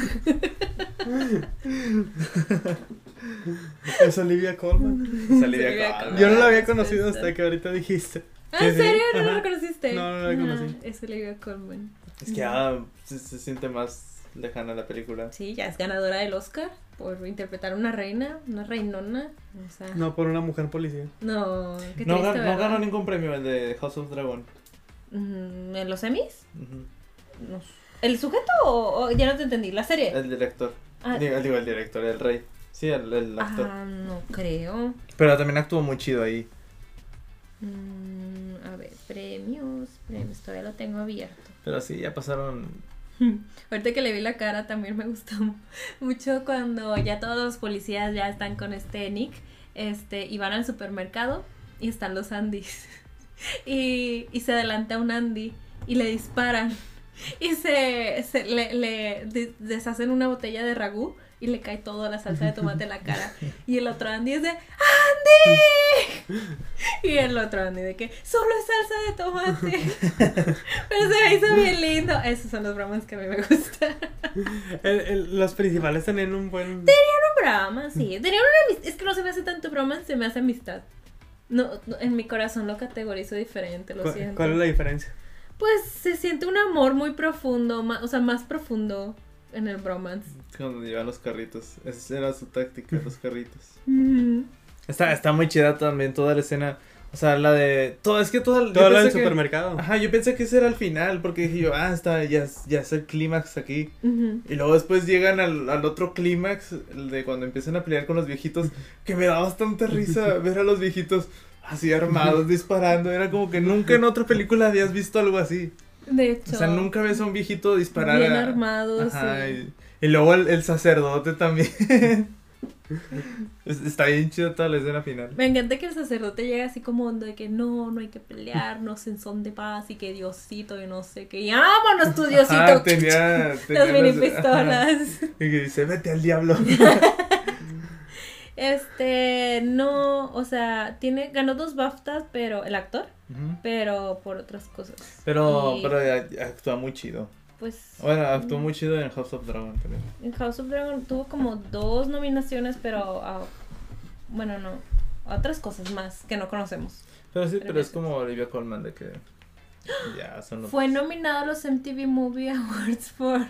A: Es Olivia Colman.
B: Es Olivia
C: Olivia
B: Colman.
C: Colman.
A: Yo no la había conocido hasta que ahorita dijiste.
C: Ah, ¿en
A: Sí, sí.
C: serio? ¿No la
A: Ajá.
C: reconociste?
A: No, no la reconocí.
C: Ah, es Olivia Colman.
B: Es que ya se, se siente más lejana la película.
C: Sí, ya es ganadora del Oscar por interpretar a una reina, una reinona. O sea, no,
A: No, por una mujer policía.
C: qué
B: No,
C: triste,
B: gan- no
C: ¿verdad?
B: ganó ningún premio el de House of Dragon.
C: Mm, ¿En los semis?
B: Ujú.
C: No. ¿El sujeto o, o- ya no te entendí? ¿La serie?
B: El director.
C: Eh, Ah,
B: Digo, digo, el director, el rey. Sí, el, el actor.
C: ah, no creo.
B: Pero también actuó muy chido ahí.
C: Mm, a ver, premios, premios, todavía lo tengo abierto.
B: Pero sí, ya pasaron.
C: Ahorita que le vi la cara también me gustó mucho cuando ya todos los policías ya están con este Nick este, y van al supermercado y están los Andys. Y, y se adelanta un Andy y le disparan y se, se- le, le de- deshacen una botella de ragú y le cae toda la salsa de tomate en la cara. Y el otro Andy es de ¡Andy! Y el otro Andy de que solo es salsa de tomate. Pero se me hizo bien lindo. Esos son los bromas que a mí me gustan.
A: El- el- los principales tenían un buen.
C: Bromas, sí.
B: Mm.
C: Tenía una amist- Es que no se me hace tanto broma, se me hace amistad. No, no, en mi corazón lo categorizo diferente, lo
A: ¿Cuál-
C: siento.
A: ¿Cuál es la diferencia?
C: Pues se siente un amor muy profundo, ma- o sea, más profundo en el bromance.
B: Cuando llevan los carritos. Esa era su táctica, los carritos.
C: Mm.
B: Está, está muy chida también toda la escena. O sea, la de. Todo, es que toda yo
A: Todo lo del
B: pensé que-
A: supermercado.
B: Ajá, yo pensé que ese era el final, porque dije yo, ah, está, ya, es- ya es el clímax aquí.
C: Ujú.
B: Y luego después llegan al, al otro clímax, el de cuando empiezan a pelear con los viejitos, que me da bastante risa ver a los viejitos así armados, disparando. Era como que nunca en otra película habías visto algo así.
C: De hecho,
B: O sea, nunca ves a un viejito disparar
C: bien
B: a-
C: armados.
B: Ajá,
C: y-
B: y, y luego el, el sacerdote también. Es- Está bien chida toda la escena final.
C: Me encanta que el sacerdote llega así como onda de que no, no hay que pelearnos en son de paz y que Diosito y no sé qué. Y vámonos tú, Diosito.
B: Ah, tenía, tenía
C: Las mini
B: las- ajá.
C: pistolas.
B: Y que dice, vete al diablo.
C: Este, no, o sea, tiene, ganó dos BAFTAs, pero, el actor, pero por otras cosas.
B: Pero,
C: Y,
B: pero a- actúa muy chido.
C: Pues,
B: Bueno, actuó muy chido en House of Dragon también.
C: en House of Dragon tuvo como dos nominaciones, pero, a- bueno, no, a otras cosas más que no conocemos.
B: Pero sí, pero es
C: Perfecto.
B: como Olivia Colman de que ya son los...
C: Fue nominado a los MTV Movie Awards por,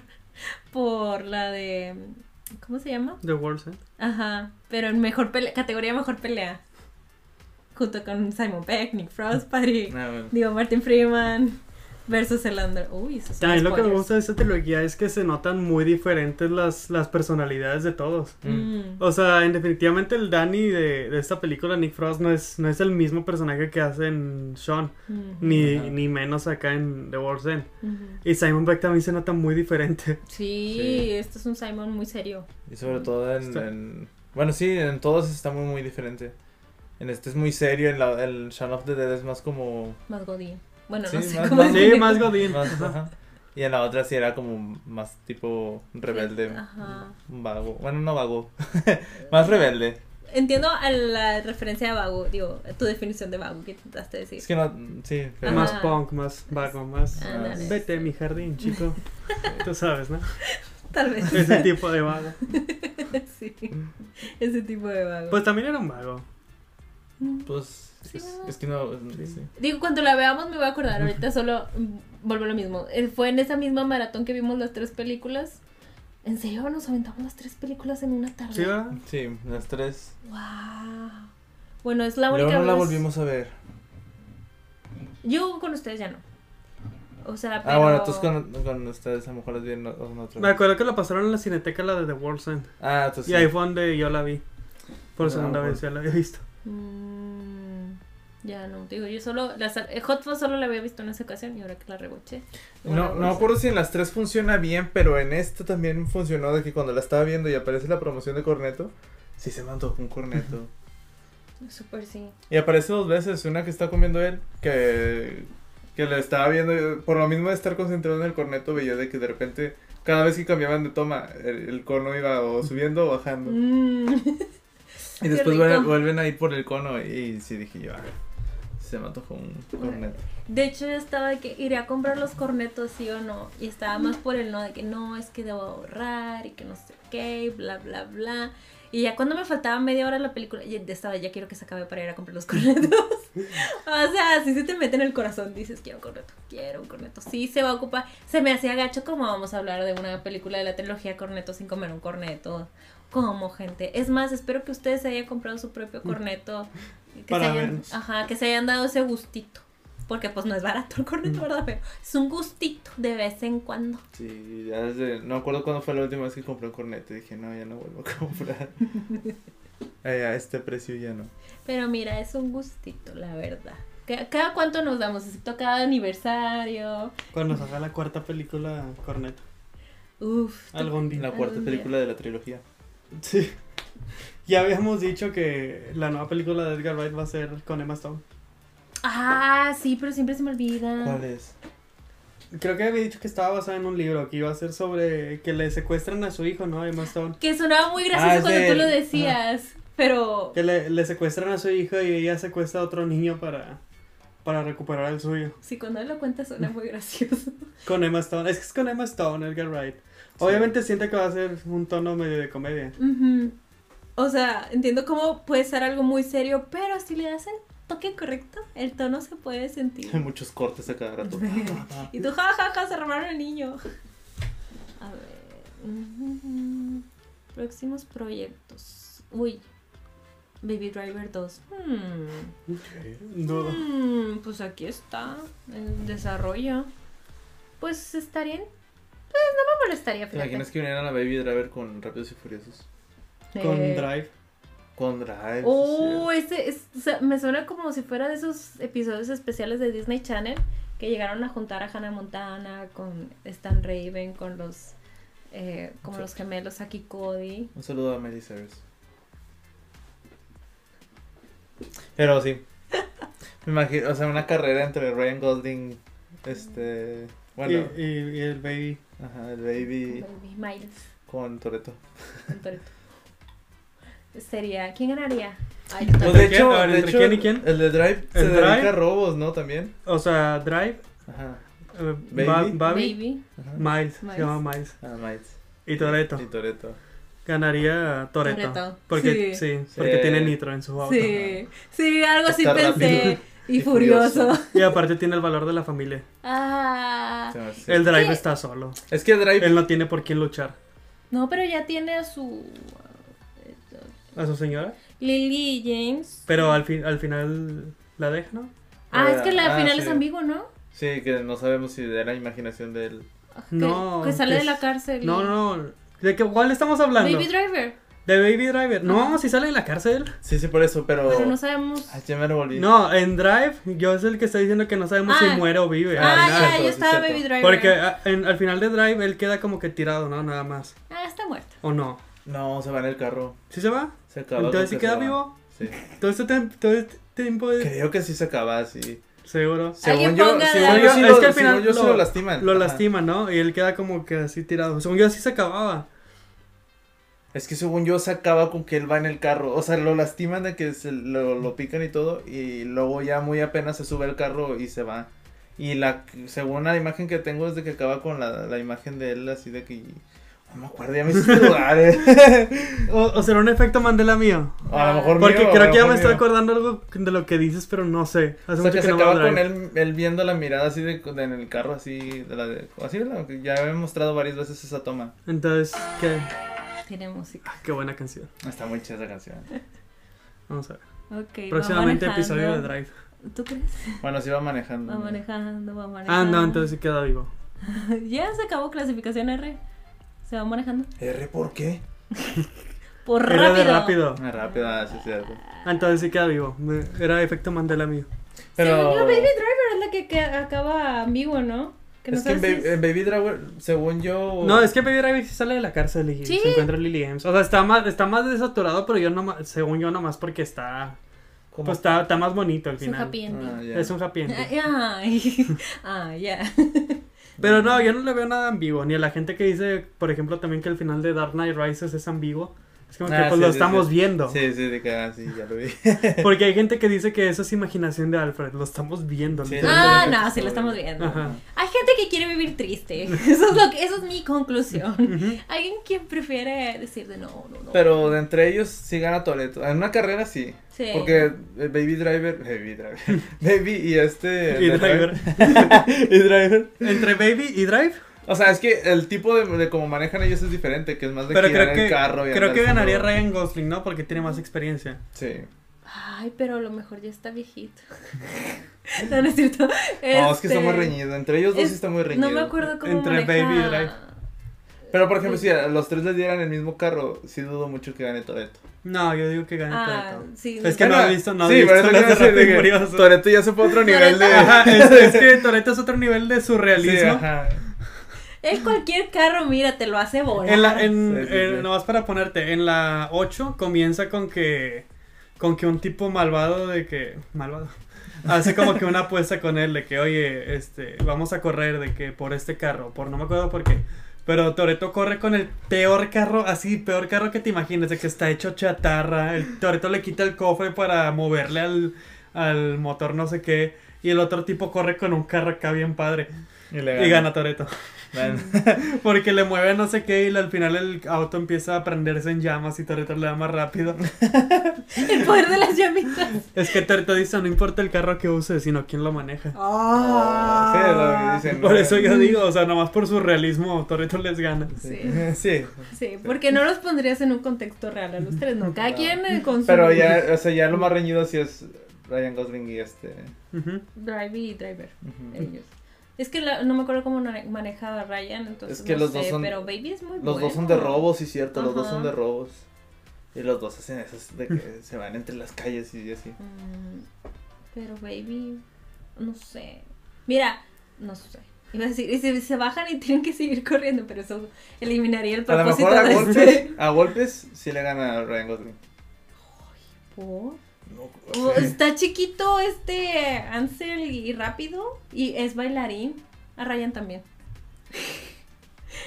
C: por la de, ¿cómo se llama?
A: The World's End.
C: Ajá, pero en mejor pelea, categoría mejor pelea, junto con Simon Peck, Nick Frost, Patty.
B: Ah, bueno.
C: Digo, Martin Freeman versus el Under. Uy, eso
A: A mí Ah, lo que me gusta de esta trilogía es que se notan muy diferentes las, las personalidades de todos.
B: Mm.
C: Mm.
A: O sea, en definitivamente el Danny de, de esta película, Nick Frost, no es, no es el mismo personaje que hace en Sean,
C: mm,
A: ni,
B: Ajá.
A: ni menos acá en The World's End. Y Simon Beck también se nota muy diferente.
C: Sí,
B: Sí.
C: este es un Simon muy serio.
B: Y sobre todo en,
A: Está-
B: en- Bueno, sí, en todos está muy, muy diferente. En este es muy serio, en la, el Shaun of the Dead es más como...
C: Más Godín. Bueno, no
B: Sí,
C: sé
B: más-
C: cómo
B: más-
A: Sí,
C: decirlo.
A: más Godín.
B: más- ajá. Y en la otra sí era como más tipo rebelde.
C: Ah. Ajá.
B: Vago. Bueno, no vago. más rebelde.
C: Entiendo a la referencia a vago, digo, tu definición de vago que intentaste decir.
B: Es que no... Sí, pero...
A: Más
C: Ajá.
A: punk, más vago, más...
C: Ándale.
A: ah, Vete, mi jardín, chico. Tú sabes, ¿no?
C: Tal vez.
A: Ese tipo de vago.
C: sí. Ese tipo de vago.
A: Pues también era un vago.
C: Mm.
B: Pues...
C: Sí,
B: es,
C: ¿verdad?
B: es que no... sí.
C: Digo, cuando la veamos me voy a acordar. Ahorita solo mm, vuelvo a lo mismo. Eh, Fue en esa misma maratón que vimos las tres películas. ¿En serio? Nos aventamos las tres películas en una tarde.
A: ¿Sí, verdad?
B: Sí, las tres.
C: Wow. Bueno, es la única
B: Luego no la
C: vez-
B: volvimos a ver.
C: Yo con ustedes ya no. O sea, pero...
B: Ah, bueno, tú con, con ustedes a lo mejor las vi en o- en otro.
A: Me acuerdo que la pasaron en la cineteca, la de The World's End.
B: Ah, entonces
A: Y ahí fue donde yo la vi. Por
B: Ah,
A: segunda
B: bueno.
A: vez ya la había visto.
C: Mm, ya no, digo, yo solo... La, sal- eh, Hot Fuzz solo la había visto en esa ocasión y ahora que la pues, reboché.
B: No, no me acuerdo si en las tres funciona bien, pero en esta también funcionó de que cuando la estaba viendo y aparece la promoción de Corneto, Sí, se me antojó un corneto. pues.
C: Súper sí.
B: Y aparece dos veces, una que está comiendo él, que, que le estaba viendo, por lo mismo de estar concentrado en el corneto, veía de que de repente, cada vez que cambiaban de toma, el, el cono iba o subiendo o bajando.
C: Mm.
B: Y
C: Qué
B: después vuelven,
C: rico.
B: vuelven a ir por el cono y sí dije yo, "Ah, se me antojó un corneto.
C: De hecho, yo estaba de que iré a comprar los cornetos, sí o no. Y estaba más por el no, de que no, es que debo ahorrar y que no sé qué, y bla, bla, bla. Y ya cuando me faltaba media hora la película, ya estaba, ya quiero que se acabe para ir a comprar los cornetos. o sea, si se te mete en el corazón, dices, quiero un corneto, quiero un corneto. Sí, se va a ocupar. Se me hacía gacho como vamos a hablar de una película de la trilogía Corneto sin comer un corneto. Como gente. Es más, espero que ustedes se hayan comprado su propio corneto. y
A: Mm.
C: Que
A: Para
C: se hayan,
A: vernos.
C: Ajá, que se hayan dado ese gustito. Porque pues no es barato el corneto,
A: Mm.
C: ¿verdad? Pero es un gustito de vez en cuando.
B: Sí, ya desde, no acuerdo cuándo fue la última vez que compré un corneto y dije, no, ya no vuelvo a comprar. Eh, a este precio ya no.
C: Pero mira, es un gustito, la verdad. Ca- ¿Cada cuánto nos damos? Excepto cada aniversario.
A: Cuando salga la cuarta película, Corneto.
C: Uf. tú-
A: Algún día.
B: La cuarta
C: Algún día.
B: película de la trilogía.
A: Sí. Ya habíamos dicho que la nueva película de Edgar Wright va a ser con Emma Stone.
C: Ah, sí, pero siempre se me olvida.
B: ¿Cuál es?
A: Creo que había dicho que estaba basada en un libro, que iba a ser sobre que le secuestran a su hijo, ¿no? Emma Stone.
C: Que sonaba muy
B: Ah,
C: gracioso
B: es
C: cuando
B: de
C: tú lo
B: él.
C: decías. Pero.
A: Que le, le secuestran a su hijo y ella secuestra a otro niño para, para recuperar el suyo.
C: Sí, cuando él lo cuenta suena muy gracioso.
A: Con Emma Stone. Es que es con Emma Stone, Edgar Wright. Obviamente siente que va a ser un tono medio de comedia.
C: Ujú. O sea, entiendo cómo puede ser algo muy serio, pero si le das el toque correcto, el tono se puede sentir.
B: Hay muchos cortes a cada rato.
C: y tú, jajaja, se robaron el niño. A ver. ujú. Próximos proyectos. Uy. Baby Driver 2. Hmm.
A: Dudo.
C: Mm, pues aquí está, en desarrollo. Pues estaría en... Pues no me molestaría,
B: ¿Te
C: fíjate.
B: imaginas que vinieran a Baby Driver con Rápidos y Furiosos?
A: Con
C: Eh,
A: Drive.
B: Con Drive.
C: Oh, ese es- o sea, me suena como si fuera de esos episodios especiales de Disney Channel que llegaron a juntar a Hannah Montana con Stan Raven, con los... eh, como los gemelos aquí Cody.
B: Un saludo a Mary Cyrus. Pero sí. Me imagino, o sea, una carrera entre Ryan Golding, este. Bueno,
A: Y, y- y el baby.
B: ajá, el Baby
C: Baby Miles.
B: con Toreto.
C: con Toretto. Sería... ¿Quién ganaría? Ay, yo
B: Pues
A: ¿Entre
B: de
C: también.
A: quién?
B: hecho,
A: A ver,
B: de
A: ¿entre
B: hecho,
A: quién y quién?
B: El de Drive se
A: ¿El Drive?
B: dedica a robos, ¿no? También.
A: O sea, Drive,
B: Ajá.
A: eh,
B: Baby.
A: Ba- Babi,
C: Baby.
B: ajá.
A: Miles,
C: Miles.
A: se llama Miles.
B: Ah, Miles.
A: Y Toreto.
B: Y Toreto.
A: Ganaría Toreto.
C: Toretto,
A: Porque,
C: sí.
A: sí. porque
B: Sí.
A: tiene nitro en su auto.
C: Sí, sí, algo así
B: Está
C: pensé.
B: rápido.
C: Y
B: Y
C: furioso.
B: furioso.
A: Y aparte tiene el valor de la familia.
C: Ah.
A: El Drive
C: Sí.
A: está solo.
B: Es que Drive.
A: Él no tiene por quién luchar.
C: No, pero ya tiene a su.
A: A su señora.
C: Lily James.
A: Pero al, fin, al final la deja, ¿no?
C: Ah, es que la
B: Ah,
C: final
B: sí.
C: es ambiguo, ¿no?
B: Sí, que no sabemos si de la imaginación de él.
C: Que,
A: No,
C: que sale
A: que
C: de la
A: es-
C: cárcel.
A: No, no, no. ¿De qué, cuál estamos hablando?
C: Baby Driver.
A: de Baby Driver. No,
C: Ajá.
A: si sale de la cárcel.
B: Sí, sí, por eso, pero.
C: Pero no sabemos.
B: Ay, ya me lo volví.
A: No, en Drive, yo es el que está diciendo que no sabemos
C: Ah.
A: si muere o vive.
B: Ah,
C: Ah,
B: sí,
C: ya,
B: cierto,
C: yo
B: sí,
C: estaba
B: cierto.
C: Baby Driver.
A: Porque a- en- al final de Drive él queda como que tirado, ¿no? Nada más.
C: Ah, está muerto.
A: ¿O no?
B: No, se va en el carro.
A: ¿Sí se va?
B: Se acaba.
A: Entonces
B: con
A: sí
B: que
A: queda
B: se va.
A: vivo.
B: Sí.
A: Todo este, tem- todo este tiempo de-
B: Creo que sí se acaba así.
A: Seguro.
C: Alguien
B: Según yo,
C: ponga
B: según
C: la-
B: yo, sí
A: Es
B: lo,
A: que al
B: según
A: final
B: yo sí
A: lo-
B: lo lastiman.
A: Lo
B: Ajá.
A: lastiman, ¿no? Y él queda como que así tirado. Según yo así se acababa.
B: Es que según yo se acaba con que él va en el carro. O sea, lo lastiman de que se lo, lo pican y todo. Y luego ya muy apenas se sube al carro y se va. Y la según la imagen que tengo es de que acaba con la, la imagen de él así de que. No me acuerdo, ya me hiciste dudar, eh.
A: O, o será un efecto Mandela mío.
B: A lo mejor
A: Porque
B: mío, a
A: creo
B: lo
A: que ya
B: mejor
A: me estoy
B: mío.
A: acordando algo de lo que dices, pero no sé. Hace
B: O sea,
A: mucho
B: que,
A: que
B: se
A: no veo
B: acaba con
A: Drive.
B: él, él viendo la mirada así de, de- en el carro, así, de la de, así de la que ya he mostrado varias veces esa toma.
A: Entonces, ¿qué?
C: Tiene música.
A: Ah, qué buena canción.
B: Está muy chida esa canción.
A: Vamos a ver.
C: Ok.
A: Próximamente
C: va manejando.
A: episodio de Drive.
C: ¿Tú crees?
B: Bueno, así va manejando.
C: Va manejando, va
A: Ah,
C: manejando.
A: no, entonces sí queda vivo.
C: ya se acabó clasificación R. Se va manejando.
B: ¿R por qué?
C: Por
A: Era de
C: rápido.
A: rápido.
B: Ah, rápido, ah, sí, es cierto.
A: Ah, Entonces sí queda vivo. Me- Era efecto Mandela mío.
B: Pero.
C: Según yo, Baby Driver es la que, que acaba ambiguo, ¿no? Que no
B: es que en,
C: sabes
B: Ba-
C: si es-
B: en Baby Driver, según yo.
A: No, es que Baby Driver sí sale de la cárcel y
C: Sí.
A: se encuentra Lily James. O sea, está más, está más desaturado, pero yo nomás, según yo nomás porque está,
B: como-
A: pues está, está más bonito al
C: es un
A: final.
C: happy Eh, ending.
B: Ah, ya.
A: Es un happy ending.
C: Ay, ah, ya.
A: Pero no, yo no le veo nada ambiguo. Ni a la gente que dice, por ejemplo, también que el final de Dark Knight Rises es ambiguo. Es como
B: Ah,
A: que pues,
B: sí,
A: lo
B: sí,
A: estamos viendo.
B: Sí, sí, de que ah, sí, ya lo vi.
A: Porque hay gente que dice que eso es imaginación de Alfred. Lo estamos viendo.
B: Sí.
A: literalmente.
C: Ah, no, sí, lo estamos viendo.
A: Ajá.
C: Hay gente que quiere vivir triste. Eso es, lo que, eso es mi conclusión.
A: Ujú.
C: Alguien que prefiere decir de no, no, no.
B: Pero de entre ellos sí gana Toreto. En una carrera sí.
C: Sí.
B: Porque eh, Baby Driver. Baby Driver. Baby y este.
A: Y
B: de-
A: Driver.
B: y Driver.
A: Entre Baby y Drive.
B: O sea, es que el tipo de, de cómo manejan ellos es diferente, que es más de
A: Pero
B: girar
A: creo
B: el
A: que,
B: carro y
A: creo
B: andar
A: que ganaría
B: haciendo-
A: Ryan Gosling, ¿no? Porque tiene más experiencia.
B: Sí.
C: Ay, pero a lo mejor ya está viejito. no, no es cierto.
B: No, es que
C: Este,
B: está muy reñido. Entre ellos dos
C: es-
B: sí está muy reñido.
C: No me acuerdo cómo
A: Entre
C: maneja-
A: Baby y Drive.
B: Pero por ejemplo, si a los tres les dieran el mismo carro, sí dudo mucho que gane Toreto.
A: No, yo digo que gane
C: Ah,
A: Toretto.
C: sí.
A: Es que no he visto, no he
B: sí,
A: visto
B: pero
A: las de
B: eso
A: Rápido y
B: que
A: Furioso.
B: Toreto ya se fue a otro nivel de.
A: Ajá, es, es que Toretto es otro nivel de
B: Sí,
A: surrealismo.
B: ajá.
C: Él cualquier carro, mira, te lo hace volar.
A: En la, en,
B: Sí, sí,
A: en-
B: sí.
A: nomás para ponerte, en la 8 comienza con que con que un tipo malvado de que malvado hace como que una apuesta con él de que oye, este, vamos a correr de que por este carro, por no me acuerdo por qué. Pero Toreto corre con el peor carro, así, peor carro que te imagines, de que está hecho chatarra. El Toreto le quita el cofre para moverle al, al motor no sé qué. Y el otro tipo corre con un carro acá bien padre.
B: Y le
A: Y gana Toreto.
B: Bueno.
A: Porque le mueve no sé qué y al final el auto empieza a prenderse en llamas y Toreto le da más rápido.
C: El poder de las llamitas.
A: Es que Toreto dice, no importa el carro que use, sino quién lo maneja.
C: Ah.
B: Sí, es lo que dicen.
A: Por
B: ¿no?
A: eso yo digo, o sea, nomás por su realismo, Toreto les gana.
C: Sí.
B: Sí.
C: Sí, porque no los pondrías en un contexto real a los tres, ¿no? Cada
B: No.
C: quien eh, con su
B: Pero ya, o sea, ya lo más reñido sí es Ryan Gosling y este.
A: Ujú.
C: drive y driver,
B: ujú.
C: ellos. Es que la- no me acuerdo cómo na- manejaba Ryan, entonces
B: Es que
C: no
B: los dos
C: sé,
B: son-
C: pero Baby es muy
B: Los dos son de
C: bueno.
B: robos, sí, cierto. Los dos son
C: Ajá.
B: de robos. Y los dos hacen esas de que se van entre las calles y así.
C: Mm, pero Baby, no sé. Mira, no sé. Iba a decir, y se, se bajan y tienen que seguir corriendo, pero eso eliminaría el
B: A lo
C: propósito
B: mejor a
C: de
B: golpes,
C: este-
B: a golpes sí le gana Ryan Gosling.
C: ¿Por?
B: No,
C: Oh, Está chiquito este Ansel y rápido y es bailarín. A Ryan también.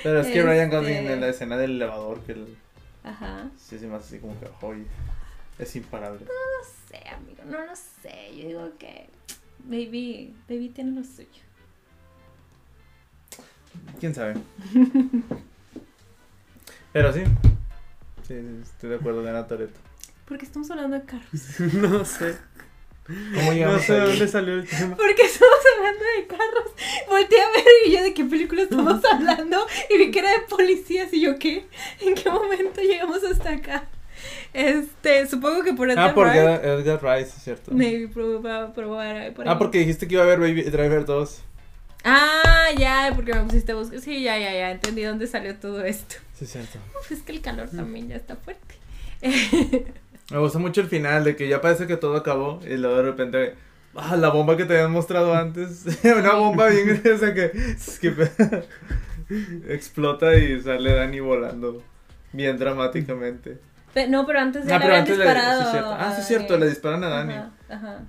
B: Pero es que Ryan
C: Este-
B: Gosling en la escena del elevador, que él
C: Ajá.
B: sí se me hace así como que, oye, es imparable.
C: No sé, amigo, no lo sé. Yo digo que Baby, Baby tiene lo suyo.
B: ¿Quién sabe? Pero sí. Sí, sí, estoy de acuerdo, gana Toreto.
C: Porque estamos hablando de carros.
A: No sé,
B: ¿Cómo
A: no
B: llegamos
A: sé de
B: ahí?
A: dónde salió el tema.
C: Porque estamos hablando de carros. Volteé a ver y yo de qué película estamos hablando y vi que era de policías y yo qué. ¿En qué momento llegamos hasta acá? Este, supongo que por
B: Ah,
C: Edgar
B: porque
C: Wright,
B: Edgar Rice, es cierto.
C: Maybe proba- probar por
B: Ah,
C: ahí.
B: porque dijiste que iba a haber Baby Driver 2.
C: Ah, ya, porque me pusiste a buscar. Sí, ya, ya, ya, entendí dónde salió todo esto.
B: Sí, es cierto.
C: Uf, es que el calor también ya está fuerte.
B: Me gusta mucho el final, de que ya parece que todo acabó y luego de repente, ah, la bomba que te habían mostrado antes, una bomba bien gruesa que, es que explota y sale Dani volando bien dramáticamente.
C: Pe- no, pero antes ya
B: Ah,
C: le
B: pero
C: habían
B: antes le, sí,
C: disparado.
B: es cierto. Ah, sí, es
C: a
B: cierto,
C: Dani.
B: le disparan a Dani
C: Ajá, ajá.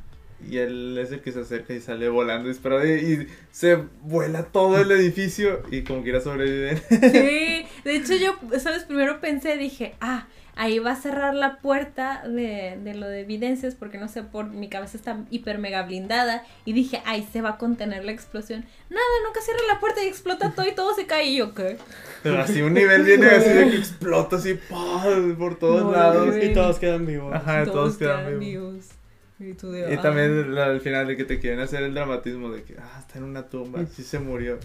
B: y él es el que se acerca y sale volando disparado y, y se vuela todo el edificio y como quiera sobreviven.
C: Sí, de hecho yo, ¿sabes? Primero pensé, dije, ah, ahí va a cerrar la puerta de, de lo de evidencias, porque no sé, por mi cabeza está hiper mega blindada, y dije, ay, se va a contener la explosión. Nada, nunca cierra la puerta y explota todo y todo se cae, y yo, ¿qué?
B: Pero así un nivel viene así de que explota así ¡pah! por todos
C: No,
B: lados.
C: güey.
A: Y todos quedan vivos.
B: Ajá, todos, quedan vivos.
C: vivos. Y, tú de,
B: Y
C: "Ah".
B: también la- al final de que te quieren hacer el dramatismo de que, ah, está en una tumba, sí se murió.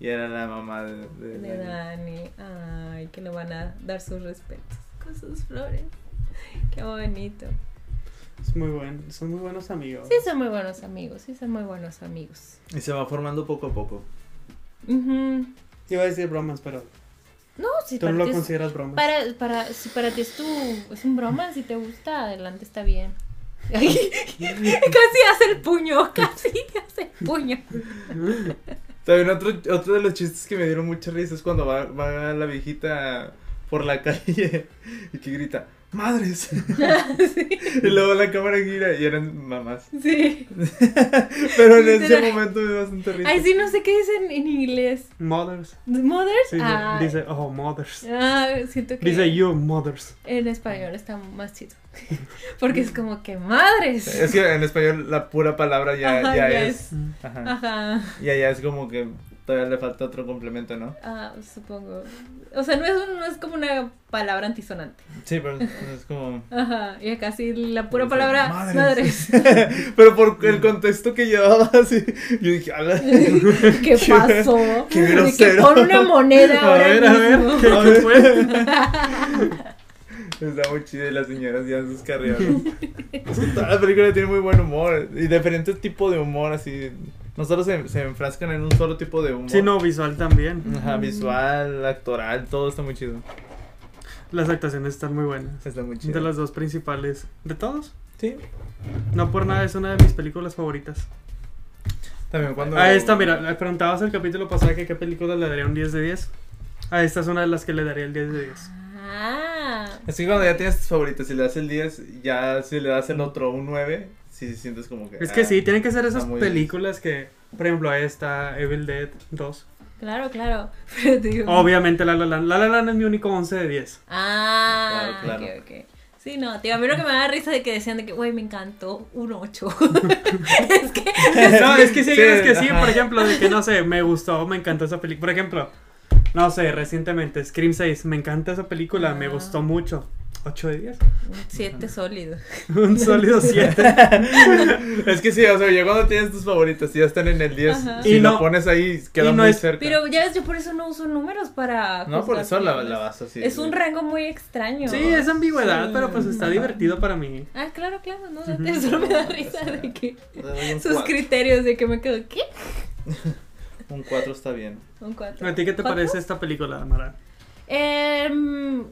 B: Y era la mamá de... de-
C: de
B: de-
C: Dani. Ay, que le van a dar sus respetos con sus flores. Qué bonito.
A: Es muy bueno, son muy buenos amigos.
C: Sí, son muy buenos amigos, sí, son muy buenos amigos.
B: Y se va formando poco a poco.
C: Ujú.
A: Iba a decir bromas, pero
C: No, si
A: tú
C: para,
A: no lo
C: ti es,
A: consideras bromas.
C: para, para- si para ti es tu, es un broma, si te gusta, adelante, está bien. Ay, casi hace el puño, casi hace el puño.
B: También otro, otro de los chistes que me dieron mucha risa es cuando va, va la viejita por la calle y que grita, ¡Madres!
C: sí,
B: Y luego la cámara gira y eran mamás.
C: sí.
B: Pero en ese
C: Literal.
B: momento me dio bastante risa.
C: Ay, sí, no sé qué dicen en inglés.
A: Mothers.
C: ¿Mothers?
A: Sí,
C: ah,
A: dice, oh, mothers.
C: ah, siento que
A: Dice, you mothers.
C: en español está más chido. Porque es como que madres.
B: Es que en español la pura palabra ya,
C: Ajá,
B: ya
C: ya Ah.
B: es. Ajá.
C: Ajá.
B: Y allá es como que todavía le falta otro complemento, ¿no?
C: Ah, supongo. O sea, no es, un- no es como una palabra antisonante.
B: Sí, pero es- es como.
C: Ajá. Y acá sí la pura
B: Dice,
C: palabra
B: "Madres".
C: madres.
B: Pero por
A: Mm.
B: el contexto que llevaba, así. Yo dije, "Ala".
C: ¿Qué pasó?
B: qué
C: De que
B: grosero.
C: Pon una moneda
A: A
C: ahora
A: ver, a ver,
C: mismo.
A: ¿qué, qué fue?
B: Está muy chido y las señoras ya en sus carreras. Toda la película tiene muy buen humor y diferentes tipos de humor, así. No solo se, se enfrascan en un solo tipo de humor.
A: Sí, no, visual también.
C: Mm.
B: Ajá, visual, actoral, todo está muy chido.
A: Las actuaciones están muy buenas.
B: Está muy
A: De
B: chido.
A: las dos principales. ¿De todos?
B: Sí.
A: No por nada, es una de mis películas favoritas.
B: También cuando.
A: A Ah, esta, mira, le preguntabas el capítulo pasado que qué película le daría un 10 de 10. A esta es una de las que le daría el 10 de 10.
C: Ah.
B: Es que cuando ya tienes tus favoritos, si le das el 10, ya si le das el otro un 9, si sientes como que.
A: Es que
B: ah,
A: sí, tienen que ser esas
B: está muy-
A: películas que, por ejemplo, ahí está Evil Dead 2.
C: Claro, claro. Pero te
B: Mm.
C: digo-
A: Obviamente La La Land. La La Land es mi único 11 de 10.
C: Ah,
B: Claro,
C: ok,
B: claro.
C: ok. Sí, no, tío, a mí lo que me da risa de que decían de que, güey, me encantó un 8. es que,
A: No, es que sí,
B: Sí,
A: es que sí,
B: ajá.
A: por ejemplo, de que no sé, me gustó, me encantó esa película. Por ejemplo, no sé, recientemente Scream 6, me encanta esa película, me
C: Ah.
A: gustó mucho. 8 de 10.
C: un 7 sólido.
A: Un sólido 7.
B: Es que sí, o sea, ya cuando tienes tus favoritos y ya están en el 10,
C: Ajá.
B: si
A: Y
B: lo
A: no-
B: pones ahí, queda
A: y no
B: muy
A: es-
B: cerca.
C: Pero ya ves, yo por eso no uso números para.
B: no, por
C: juzgar
B: eso la,
C: películas.
B: la vas así.
C: Es un rango muy extraño.
A: este, Sí, es ambigüedad,
C: Sí.
A: pero pues está divertido para mí.
C: Ah, claro, claro, no,
A: Ujú.
C: eso solo me da
B: No,
C: risa
B: o sea,
C: de que
B: Le doy un
C: sus
B: cuatro.
C: criterios de que me quedo, ¿qué?
B: Un 4 está bien.
C: Un 4.
A: ¿A ti qué te parece esta película, Amara?
C: Em,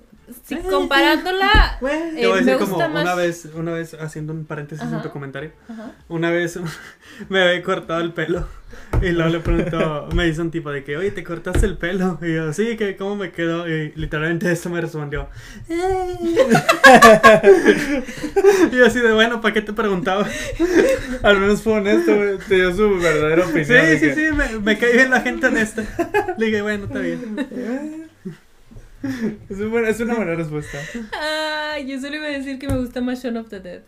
C: si comparándola, eh,
A: Te voy a
C: me
A: decir
C: gusta
A: como
C: más.
A: una vez, una vez haciendo un paréntesis en
C: Ajá.
A: tu comentario,
C: Ajá.
A: una vez me había cortado el pelo y luego le preguntó, me dice un tipo de que, oye, te cortaste el pelo y yo, sí, que cómo me quedó y literalmente eso me respondió. "Eh". y yo así de bueno, ¿para qué te preguntaba?
B: Al menos fue honesto, güey. Te dio su verdadera opinión.
A: Sí,
B: de
A: sí,
B: que-
A: sí, me, me caí bien la gente honesta. Le dije, bueno, está bien.
B: "Eh". Es, un buen- es una buena respuesta.
C: Ah, yo solo iba a decir que me gusta más Shaun of the Dead.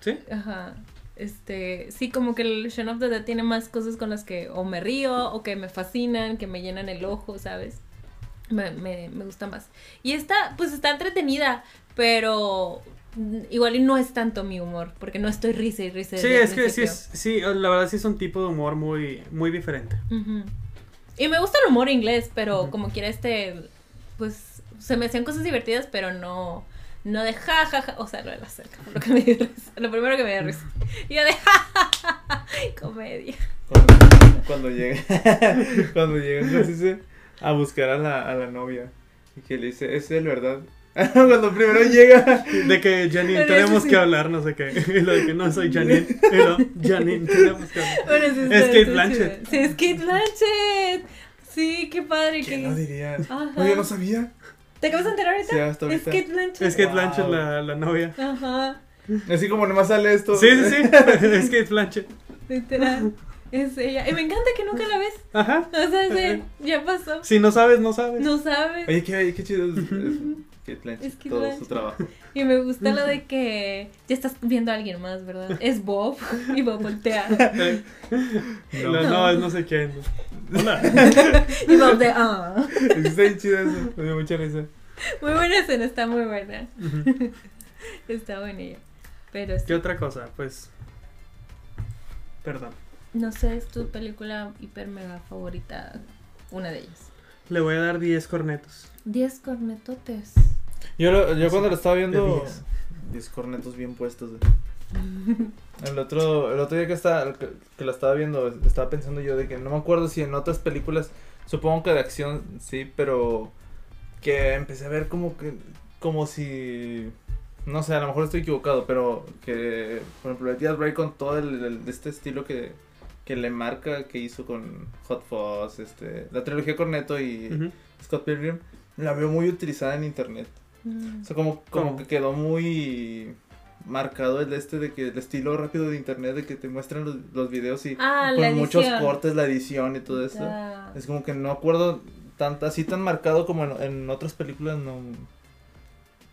A: ¿Sí?
C: Ajá. Este, sí, como que el Shaun of the Dead tiene más cosas con las que o me río o que me fascinan, que me llenan el ojo, ¿sabes? Me, me, me gusta más. Y esta, pues está entretenida, pero mm, igual y no es tanto mi humor, porque no estoy risa y risa.
A: Sí,
C: desde el
A: es que sí,
C: principio.
A: es, sí, la verdad sí es un tipo de humor muy, muy diferente.
C: Ujú. Y me gusta el humor inglés, pero
A: Ujú.
C: como quiera este, pues se me hacían cosas divertidas, pero no, no de ja, ja, ja, o sea, lo de la cerca, lo que me dio risa, lo primero que me dio risa. Y yo de ja, ja, ja, ja, comedia.
B: Cuando, cuando llega. cuando llega entonces dice, a buscar a la, a la novia. Y que le dice, es él, ¿verdad? cuando primero llega.
A: De que Janine,
C: Pero
A: tenemos
C: eso sí.
A: que hablar, no sé qué. Y lo de que no soy Janine. Y lo, Janine, tenemos que hablar.
C: Bueno, sí, está-
A: Es Kate
C: está
A: Blanchett.
C: chida. Sí, es Kate Blanchett. Sí, qué padre. Que...
B: ¿Quién lo diría?
C: Ajá.
B: No, yo no sabía.
C: ¿Te acabas de enterar ahorita?
B: Sí, hasta
C: Es
B: ahorita.
C: Kate Blanchett.
A: Es que
B: Wow.
A: Blanchett, la, la novia.
C: Ajá,
B: Así como nomás sale esto.
A: Sí, sí, sí. Es que Blanchett.
C: literal. Es ella. Y me encanta que nunca la ves.
A: Ajá.
C: O sea, ese ya pasó.
A: Si no sabes, no sabes.
C: No sabes.
B: Oye, qué, qué chido. Es, es, Kate Blanchett,
C: Es Kate
B: todo su
C: Blanchett.
B: trabajo.
C: Y me gusta lo de que ya estás viendo a alguien más, ¿verdad? Es Bob y Bob voltea.
A: Eh,
B: No.
A: No, no, es no sé quién. Hola.
C: Y Bob de ah.
B: Está bien chido eso. Me dio mucha risa.
C: Muy buena escena, está muy buena.
A: Ujú.
C: Está buena ella. Pero sí,
A: ¿Qué otra cosa? Pues. Perdón.
C: no sé, es tu película hiper mega favorita, una de ellas.
A: Le voy a dar 10 cornetos.
C: Diez cornetotes.
B: Yo, lo- yo cuando lo estaba
A: De
B: viendo.
A: diez.
B: 10 cornetos bien puestos. güey. El otro, el otro día que, está, que, que la estaba viendo, estaba pensando yo de que no me acuerdo si en otras películas, supongo que de acción sí, pero que empecé a ver como que, como si, no sé, a lo mejor estoy equivocado, pero que, por ejemplo, Edgar Wright con todo el, el- este estilo que, que le marca que hizo con Hot Fuzz, este, la trilogía Cornetto y
A: Ujú.
B: Scott Pilgrim, la veo muy utilizada en internet. O sea, como, como
A: ¿Cómo?
B: que quedó muy marcado el este de que el estilo rápido de internet de que te muestran los, los videos y
C: Ah, la
B: con muchos
C: edición.
B: cortes, la edición y todo eso.
C: Ya.
B: Es como que no acuerdo tanto, así tan marcado como en, en otras películas, no,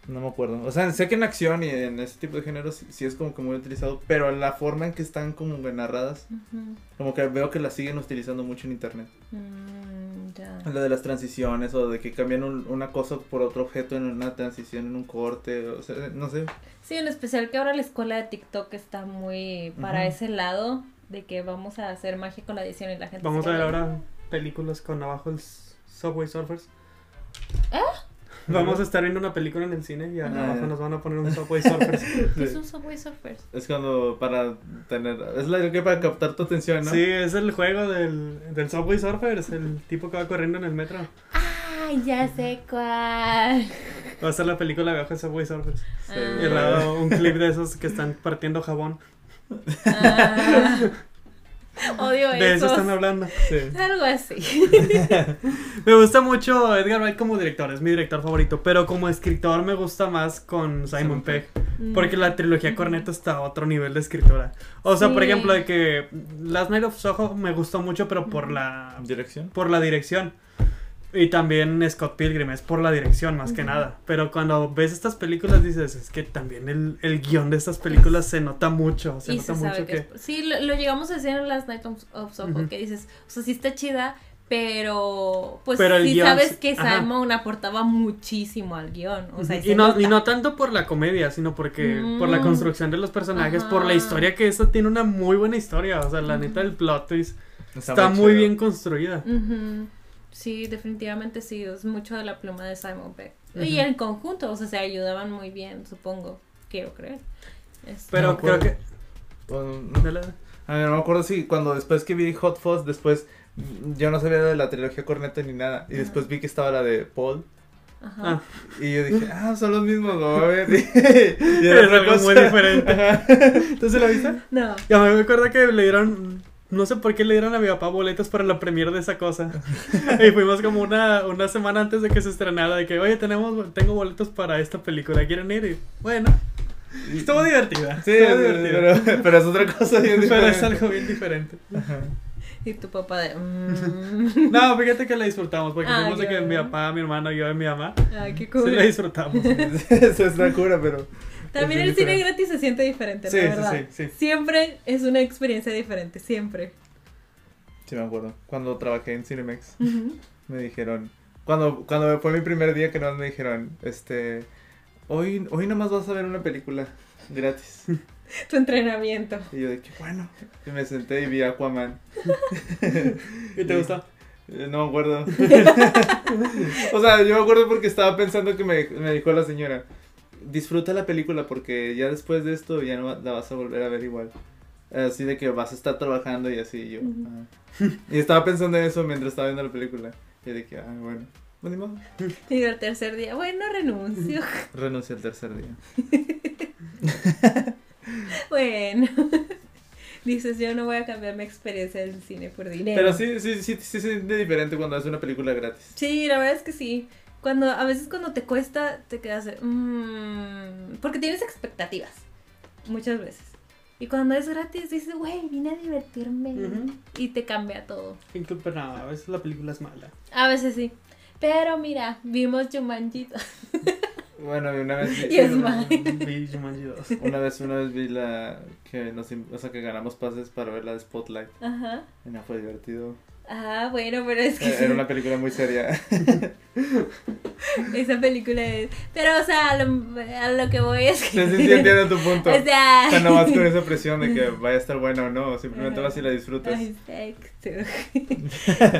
B: no me acuerdo. O sea, sé que en acción y en ese tipo de géneros sí, sí es como que muy utilizado, pero la forma en que están como que narradas,
C: Ujú.
B: como que veo que la siguen utilizando mucho en internet.
C: Mm, ya.
B: Lo de las transiciones o de que cambian un- una cosa por otro objeto en una transición, en un corte, o sea, no sé.
C: Sí, en especial que ahora la escuela de TikTok está muy para
B: Ujú.
C: ese lado de que vamos a hacer magia con la edición y la gente.
A: Vamos
C: se
A: a ver
C: va-
A: ahora películas con abajo el s- Subway Surfers. Vamos a estar viendo una película en el cine y
B: Ah,
A: abajo
B: ya.
A: nos van a poner un Subway Surfers.
C: ¿Qué es un Subway Surfers?
B: Es cuando para tener, es la que para captar tu atención, ¿no?
A: Sí, es el juego del, del Subway Surfers, el tipo que va corriendo en el metro.
C: Ah, ya sé cuál.
A: Va a ser la película de abajo el Subway Surfers.
B: Sí.
A: Y al lado un clip de esos que están partiendo jabón.
C: Ah. Odio
A: De eso
C: esos.
A: están hablando.
C: Algo así.
A: Me gusta mucho Edgar Wright como director, es mi director favorito, pero como escritor me gusta más con Simon
B: Simon
A: Pegg,
B: Pegg.
A: porque
C: Mm.
A: la trilogía Cornetto está a otro nivel de escritura. O sea, por
C: Sí.
A: ejemplo, de que Last Night of Soho me gustó mucho, pero por la
B: Dirección.
A: por la dirección. Y también Scott Pilgrim es por la dirección más que nada. Pero cuando ves estas películas dices, es que también el, el guión de estas películas se nota mucho. Se
C: y
A: nota
C: se
A: mucho
C: sabe
A: que...
C: que... es- Sí, lo, lo llegamos a decir en las Night of, of Soho,
A: Ujú.
C: que dices, o sea, sí está chida, pero pues
A: Pero el
C: sí
A: guión
C: sabes
A: sí-
C: que
A: ajá.
C: Simon aportaba muchísimo al guión. O sea,
A: Ujú.
C: se
A: y, no,
C: nota.
A: y no tanto por la comedia, sino porque por la
C: Mm.
A: construcción de los personajes, por la
C: Ajá.
A: historia que esta tiene una muy buena historia. O sea, la neta, el plot twist está, muy
B: chido.
A: bien construida.
C: Ujú. Sí, definitivamente sí, es mucho de la pluma de Simon Pegg. Y
A: Ujú.
C: en conjunto, o sea, se ayudaban muy bien, supongo, quiero creer. Este,
A: Pero
B: No me
A: creo
B: acuerdo.
A: que.
B: Bueno, no-
A: dale, dale.
B: A ver, no me acuerdo si cuando después que vi Hot Fuzz, después mm, yo no sabía de la trilogía Cornetto ni nada. Y
C: Ajá.
B: después vi que estaba la de Paul.
C: ajá.
A: Ah.
B: Y yo dije, ah, son los mismos, lo voy a ver. y era
A: Es
B: otra
A: algo
B: cosa.
A: muy diferente.
B: Ajá. ¿Tú se la viste?
C: No.
A: Y a mí me acuerdo que le dieron. No sé por qué le dieron a mi papá boletos para la premier de esa cosa. y fuimos como una, una semana antes de que se estrenara. De que, oye, tenemos, tengo boletos para esta película. ¿Quieren ir? Y, bueno, estuvo divertida.
B: Sí,
A: estuvo divertida.
B: pero, pero es otra cosa bien
A: pero es
B: diferente.
A: algo bien diferente.
C: Y tu papá de... mm.
A: No, fíjate que la disfrutamos, porque
C: Ah,
A: fuimos de
C: ya.
A: que mi papá, mi hermano, yo y mi mamá,
C: Ay, ah, qué cool.
A: sí la disfrutamos.
B: Esa es la cura, pero.
C: También
B: Es
C: el
B: bien
C: cine
B: diferente.
C: gratis se siente diferente,
A: Sí,
C: la
A: sí,
C: verdad.
A: sí, sí.
C: Siempre es una experiencia diferente, siempre.
B: Sí, me acuerdo. Cuando trabajé en Cinemex,
C: Ujú.
B: me dijeron. Cuando, cuando fue mi primer día, que nada más me dijeron, este. Hoy, hoy nomás vas a ver una película gratis.
C: Tu entrenamiento.
B: Y yo de que bueno. Y me senté y vi Aquaman.
A: ¿Y te gustó?
B: Eh, No me acuerdo. o sea, yo me acuerdo porque estaba pensando que me, me dijo la señora, disfruta la película porque ya después de esto ya no va- la vas a volver a ver igual. Así de que vas a estar trabajando y así y yo.
C: Ujú.
B: ah. Y estaba pensando en eso mientras estaba viendo la película. Y de que, ah, bueno, pues ni modo.
C: Y el tercer día, bueno, renuncio.
B: Renuncié al tercer día.
C: Bueno. Dices, yo no voy a cambiar mi experiencia del cine por dinero.
B: Pero sí, sí, sí, sí, se siente diferente cuando es una película gratis.
C: Sí, la verdad es que sí. Cuando, a veces cuando te cuesta, te quedas de, "Mm", porque tienes expectativas, muchas veces. Y cuando es gratis, dices, güey, vine a divertirme.
A: Ujú.
C: Y te cambia todo.
A: Inclu- Pero no, a veces la película es mala.
C: A veces sí. Pero mira, vimos Jumanji.
B: Bueno, y una vez... vi-
C: Y es mala.
A: Vi Jumanji 2.
B: Una vez, una vez vi la que nos, in- o sea, que ganamos pases para ver la de Spotlight.
C: Ajá.
B: Y no fue divertido.
C: Ah, bueno, pero es que
B: Eh, Era una película muy seria.
C: esa película es... Pero, o sea, a lo, a lo que voy es que...
B: Sí, sí, sí, entiendo tu punto.
C: o sea...
B: O sea, no vas con esa presión de que vaya a estar buena o no, simplemente vas y la disfrutas.
C: Exacto.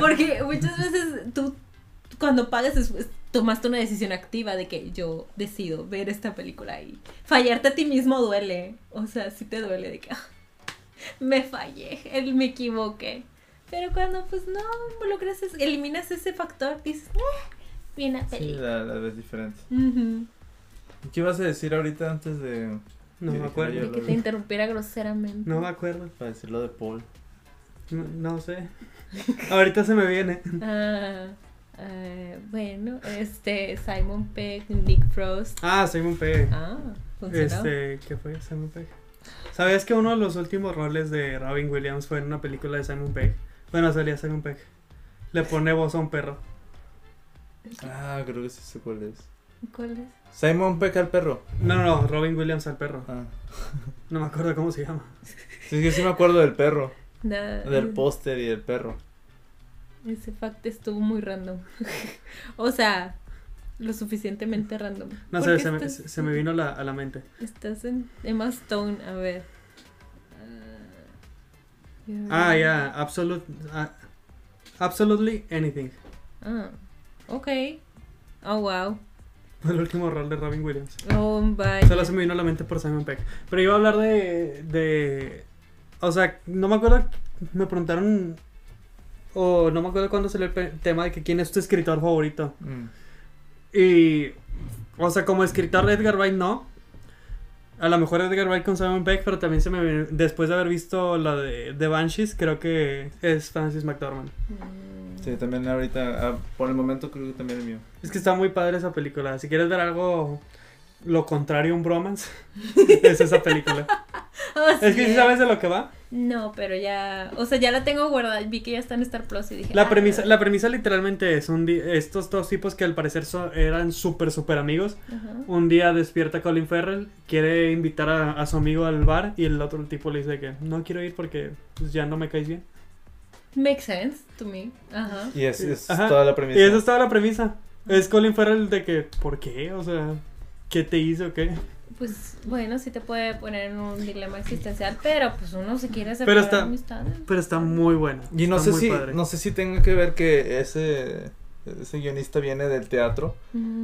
C: Porque muchas veces tú, cuando pagas, es- es- tomaste una decisión activa de que yo decido ver esta película y fallarte a ti mismo duele. O sea, sí te duele de que "Ah, me fallé, él me equivoqué. Pero cuando pues no logras, es- eliminas ese factor, dices, "Ah, bien la
B: Sí,
C: película.
B: la, la ves diferente.
C: Ujú.
B: ¿Qué ibas a decir ahorita antes de
A: No
B: Sí,
A: me
B: dije,
A: acuerdo.
B: yo-
C: De que te interrumpiera groseramente. Ah,
A: No me acuerdo.
B: para decir lo de Paul?
A: No, no sé. Ahorita se me viene.
C: Ah, eh, bueno, este, Simon Peck, Nick Frost.
A: Ah, Simon Pegg.
C: Ah, funcionó.
A: Este, ¿qué fue? Simon Pegg. ¿Sabías que uno de los últimos roles de Robin Williams fue en una película de Simon Pegg? Bueno, salía Simon Pegg. Le pone voz a un perro.
B: Ah, creo que sí sé cuál es.
C: ¿Cuál es?
B: Simon Peck al perro.
A: No, no, no, Robin Williams al perro.
B: Ah.
A: No me acuerdo cómo se llama.
B: Sí, yo sí me acuerdo del perro.
C: Nada.
B: Del póster y del perro.
C: Ese fact estuvo muy random. o sea, lo suficientemente random.
A: No
C: ¿Por
A: sé,
C: qué
A: se me,
C: estás-
A: se- se me vino la- a la mente.
C: Estás en Emma Stone, a ver. Ah,
A: Ah, ya, absolute, ah, absolutely anything.
C: Ah, ok. Oh, wow.
A: Fue el último rol de Robin Williams.
C: Oh, vaya.
A: Solo se me vino a la mente por Simon Peck. Pero iba a hablar de, de... O sea, no me acuerdo... Me preguntaron... O no me acuerdo cuándo salió el pe- tema de que quién es tu escritor favorito.
B: Mm.
A: Y... O sea, como escritor Edgar Wright no. A lo mejor Edgar Wright con Simon Peck, pero también se me... vino- Después de haber visto la de, de Banshees, creo que es Francis McDormand.
C: Mm,
B: Sí, también ahorita, ah, por el momento creo que también el mío.
A: Es que está muy padre esa película. Si quieres ver algo... Lo contrario a un bromance es esa película.
C: o
A: Es que si
C: sea,
A: sabes de lo que va.
C: Oh, No, pero ya. O sea, ya la tengo guardada. Vi que ya está en Star Plus y dije.
A: La
C: ah,
A: premisa, la premisa literalmente es un di- estos dos tipos que al parecer so- eran súper, súper amigos.
C: ajá.
A: Un día despierta Colin Farrell, quiere invitar a, a su amigo al bar y el otro tipo le dice que no quiero ir porque pues, ya no me caes bien.
C: Makes sense to me. Ajá.
B: Y es, es
A: Ajá.
B: toda la
A: Y
B: premisa.
A: esa estaba la premisa. Es Colin Farrell de que, ¿por qué? O sea, ¿qué te hizo? ¿Qué?
C: Pues bueno, sí te puede poner en un dilema existencial, pero pues uno se quiere hacer
A: Pero está-
C: amistades.
A: Pero está muy buena.
B: Y no
A: está
B: sé
A: muy
B: si,
A: padre.
B: no sé si tenga que ver que ese, ese guionista viene del teatro,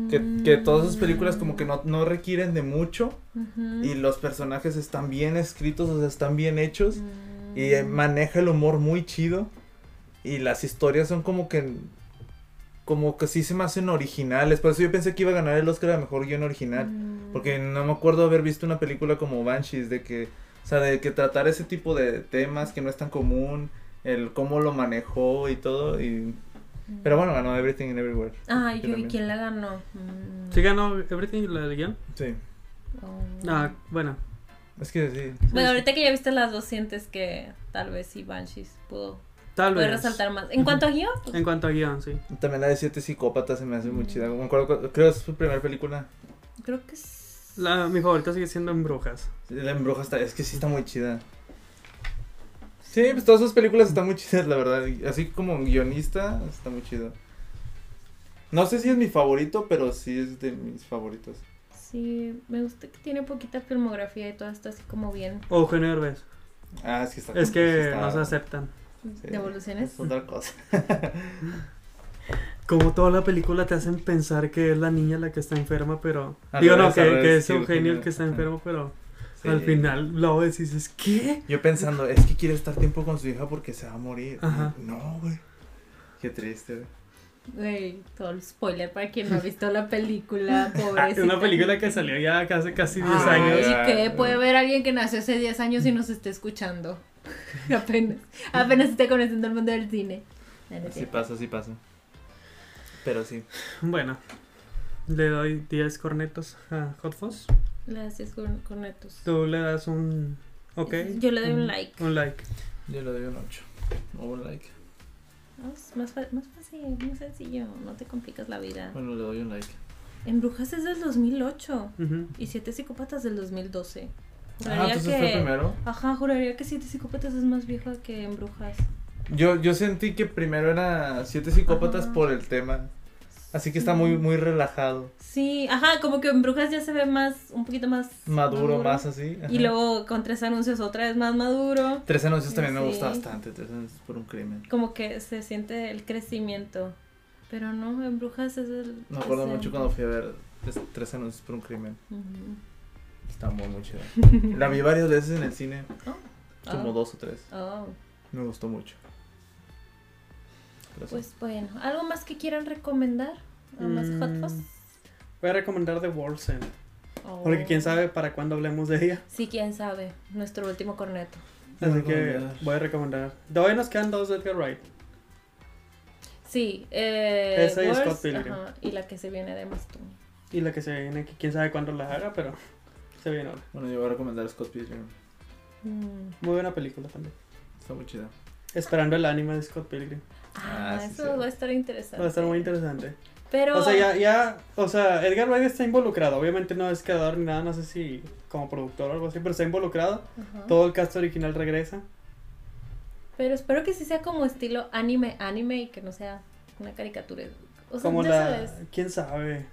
B: que, que todas sus películas como que no, no requieren de mucho
C: Ujú.
B: y los personajes están bien escritos, o sea, están bien hechos
C: Mm.
B: y eh, maneja el humor muy chido y las historias son como que como que sí se me hacen originales, por eso yo pensé que iba a ganar el Oscar a mejor guion original.
C: Mm.
B: Porque no me acuerdo haber visto una película como Banshees de que, o sea, de que tratar ese tipo de temas que no es tan común, el cómo lo manejó y todo y pero bueno, ganó Everything and Everywhere.
C: Ah,
B: que
C: yo, ¿y
B: también-
C: quién la ganó? Mm.
A: ¿Sí ganó Everything la del guión?
B: Sí.
C: Oh.
A: Ah, bueno.
B: Es que sí.
C: Bueno, ahorita que ya viste las dos, sientes que tal vez sí Banshees pudo,
A: Tal
C: puede
A: vez.
C: resaltar más. En cuanto a guión, pues,
A: En cuanto a guión, sí.
B: También la de Siete Psicópatas se me hace muy chida. Me acuerdo cu- creo que es su primera película.
C: creo que es...
A: La, mi favorita sigue siendo en Brujas.
B: Sí, La embruja está, es que sí está muy chida. Sí, pues todas sus películas están muy chidas, la verdad. y Así como guionista, está muy chido. No sé si es mi favorito, pero sí es de mis favoritos.
C: Sí, me gusta que tiene poquita filmografía y todo está así como bien
A: O Eugenio Herbes.
B: Ah, es que está
A: Es que
B: está-
A: no se aceptan.
B: sí,
C: de evoluciones.
B: Es otra cosa.
A: Como toda la película te hacen pensar que es la niña la que está enferma, pero...
B: Al
A: Digo, no,
B: revés, al
A: que, que
B: revés,
A: es
B: que
A: Eugenio el
B: Eugenio,
A: que está
B: ajá.
A: enfermo, pero
B: Sí.
A: al final lo ves y dices, ¿qué?
B: Yo pensando, es que quiere estar tiempo con su hija porque se va a morir.
A: Ajá.
B: No, güey. Qué triste, güey.
C: Güey, todo el spoiler para quien no ha visto la película,
A: Ah,
C: pobrecita.
A: una película que salió ya hace casi 10
C: Ay,
A: años. Ah,
C: ¿Y que Puede haber alguien que nació hace 10 años y nos esté escuchando. apenas, apenas esté conociendo el mundo del cine. No, no es
B: Sí
C: cierto.
B: pasa, sí pasa. Pero sí.
A: Bueno, le doy 10 cornetos a Hot Fuzz.
C: Gracias, Corn- Cornetos.
A: Tú le das un... ¿Ok? Mm.
C: Yo le doy un like.
A: Un like.
B: Yo le doy un 8. O un like.
C: No, Ah, es más, fa- más fácil, muy sencillo. No te complicas la vida.
B: Bueno, le doy un like.
C: En Brujas es del 2008
A: Ujú.
C: y Siete Psicópatas del 2012.
B: Ah,
C: Juraría
B: entonces fue
C: que.
B: primero.
C: Ajá, juraría que Siete Psicópatas es más vieja que en Brujas.
B: Yo, yo sentí que primero era siete psicópatas
C: Ajá.
B: por el tema. Así que está muy, muy relajado.
C: Sí, ajá, como que en Brujas ya se ve más, un poquito más
B: Maduro, más así. ajá.
C: Y luego con tres anuncios otra vez más maduro.
B: Tres anuncios también me
C: Sí.
B: gusta bastante. Tres anuncios por un crimen.
C: Como que se siente el crecimiento. Pero no, en Brujas es el.
B: Me acuerdo
C: es el-
B: mucho cuando fui a ver es- tres anuncios por un crimen.
C: Ujú.
B: Está muy, muy chido. La vi varias veces en el cine. Como
C: Oh,
B: dos o tres.
C: oh,
B: Me gustó mucho. Pero sí.
C: Pues bueno, ¿algo más que quieran recomendar? ¿Algo más de Hot
A: Mm.
C: Fuzz?
A: Voy a recomendar The Wolf's End,
C: Oh.
A: Porque quién sabe para cuándo hablemos de ella.
C: Sí, quién sabe. Nuestro último corneto.
A: Así
E: No,
A: que
E: no, no.
A: voy a recomendar. Todavía nos quedan dos de Edgar Wright.
C: Sí, eh,
A: Esa y
C: Worst,
A: Scott Pilgrim.
C: ajá, y la que se viene de más tú.
A: Y la que se viene, que quién sabe cuándo la haga, pero se viene ahora.
E: Bueno, yo voy a recomendar Scott Pilgrim.
C: Mm.
A: Muy buena película también.
E: Está muy chida.
A: Esperando el anime de Scott Pilgrim.
C: Ah,
E: Ah, sí,
C: eso
E: sí.
C: va a estar interesante.
A: Va a estar muy interesante.
C: Pero
A: O sea, ya, ya, o sea, Edgar Wright está involucrado. Obviamente no es creador ni nada, no sé si como productor o algo así, pero está involucrado.
C: Ajá.
A: Todo el cast original regresa.
C: Pero espero que sí sea como estilo anime, anime y que no sea una caricatura. O sea,
A: como
C: ya
A: la.
C: sabes.
A: ¿Quién sabe?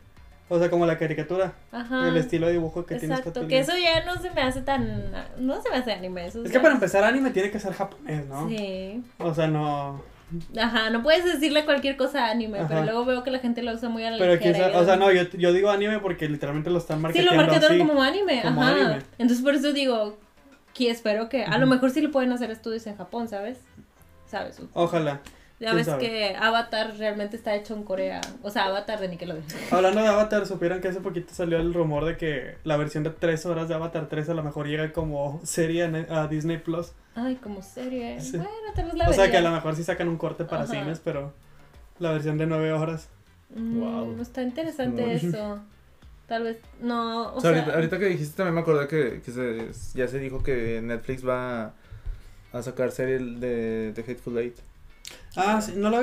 A: O sea, como la caricatura.
C: Ajá.
A: El estilo de dibujo que tiene Scott
C: Exacto, que
A: Pilgrim.
C: eso ya no se me hace tan. No se me hace anime. Eso
A: Es que
C: ya
A: para empezar, anime tiene que ser japonés, ¿no?
C: Sí.
A: O sea, no.
C: Ajá, no puedes decirle cualquier cosa a anime,
A: Ajá.
C: pero luego veo que la gente lo usa muy a la
A: Pero
C: ligera
A: quizá.
C: y
A: O sea,
C: es-
A: no, yo, yo digo anime porque literalmente lo están
C: Sí,
A: marketeando
C: lo marketearon
A: así.
C: como anime,
A: como
C: ajá.
A: anime.
C: Entonces por eso digo que espero que a lo
A: Ujú.
C: mejor sí le pueden hacer estudios en Japón, ¿sabes? ¿Sabes?
A: Ojalá.
C: Ya
A: quién
C: ves
A: sabe.
C: que Avatar realmente está hecho en Corea, o sea, Avatar de Nickelodeon.
A: Hablando de Avatar, supieron que hace poquito salió el rumor de que la versión de 3 horas de Avatar 3 a lo mejor llega como serie a Ne- a Disney Plus.
C: Ay, como serie.
A: Sí.
C: Bueno, tal vez la
A: O sea que a
C: vería.
A: lo mejor sí sacan un corte para
C: Ajá.
A: cines, pero la versión de 9 horas.
C: Mm,
B: Wow.
C: Está interesante
B: Muy-
C: eso. Tal vez no, o
B: O sea,
C: sea,
B: ahorita, ahorita que dijiste también me acordé que, que se, ya se dijo que Netflix va a, a sacar serie de, de Hateful Eight.
A: Ah, sí, no lo,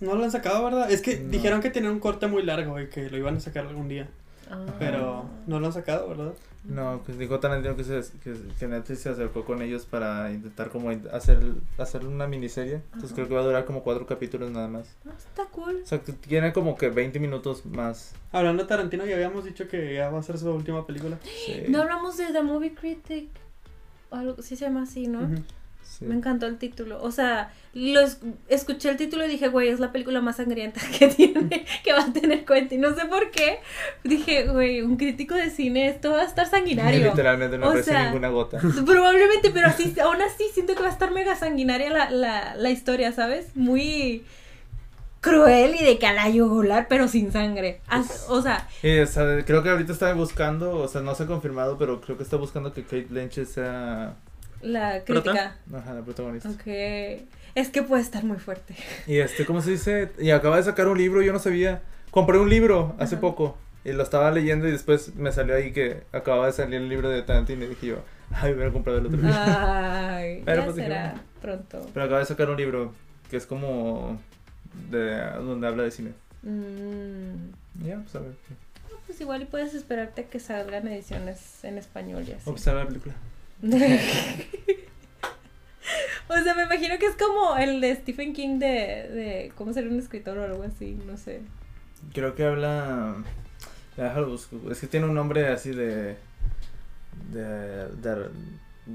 A: no lo han sacado, ¿verdad? Es que
B: No.
A: dijeron que tenían un corte muy largo y que lo iban a sacar algún día,
C: ah.
A: pero no lo han sacado, ¿verdad?
B: No, que dijo Tarantino que, se, que, que Netflix se acercó con ellos para intentar como in- hacer, hacer una miniserie. Entonces
C: Ajá.
B: creo que va a durar como cuatro capítulos nada más.
C: No, está cool.
B: O sea, que tiene como que 20 minutos más.
A: Hablando de Tarantino, ya habíamos dicho que ya va a ser su última película.
B: Sí,
C: No hablamos de The Movie Critic. o algo, sí se llama así, ¿no?
A: Ujú.
B: sí.
C: Me encantó el título. O sea, lo es- escuché el título y dije, güey, es la película más sangrienta que tiene, que va a tener Quentin. No sé por qué. Dije, güey, un crítico de cine, esto va a estar sanguinario.
B: Literalmente no
C: O
B: aparece
C: sea-
B: ninguna gota.
C: Probablemente, pero así, aún así siento que va a estar mega sanguinaria la, la, la historia, ¿sabes? Muy cruel y de que a la yugular, pero sin sangre. As- o sea,
B: Y, o sea, creo que ahorita está buscando, o sea, no se ha confirmado, pero creo que está buscando que Kate Lynch sea
C: la
F: ¿Prota?
C: crítica.
B: ajá, la protagonista.
C: Ok. Es que puede estar muy fuerte.
B: Y este, ¿cómo se dice? Y acaba de sacar un libro, yo no sabía. Compré un libro hace
C: Ajá.
B: poco y lo estaba leyendo y después me salió ahí que acababa de salir el libro de Tarantino y dije yo, ay, hubiera comprado el otro libro.
C: Ah. Ay,
B: Pero
C: ya
B: pues dije,
C: será
B: bueno.
C: pronto.
B: Pero acaba de sacar un libro que es como de donde habla de cine.
C: Mm,
B: Y Ya, pues a ver.
C: pues igual y puedes esperarte a que salgan ediciones en español y así.
B: O que salga la película.
C: o sea, me imagino que es como el de Stephen King de, de cómo ser un escritor o algo así, no sé.
B: Creo que habla. ya, Déjalo busco. Es que tiene un nombre así de. De. de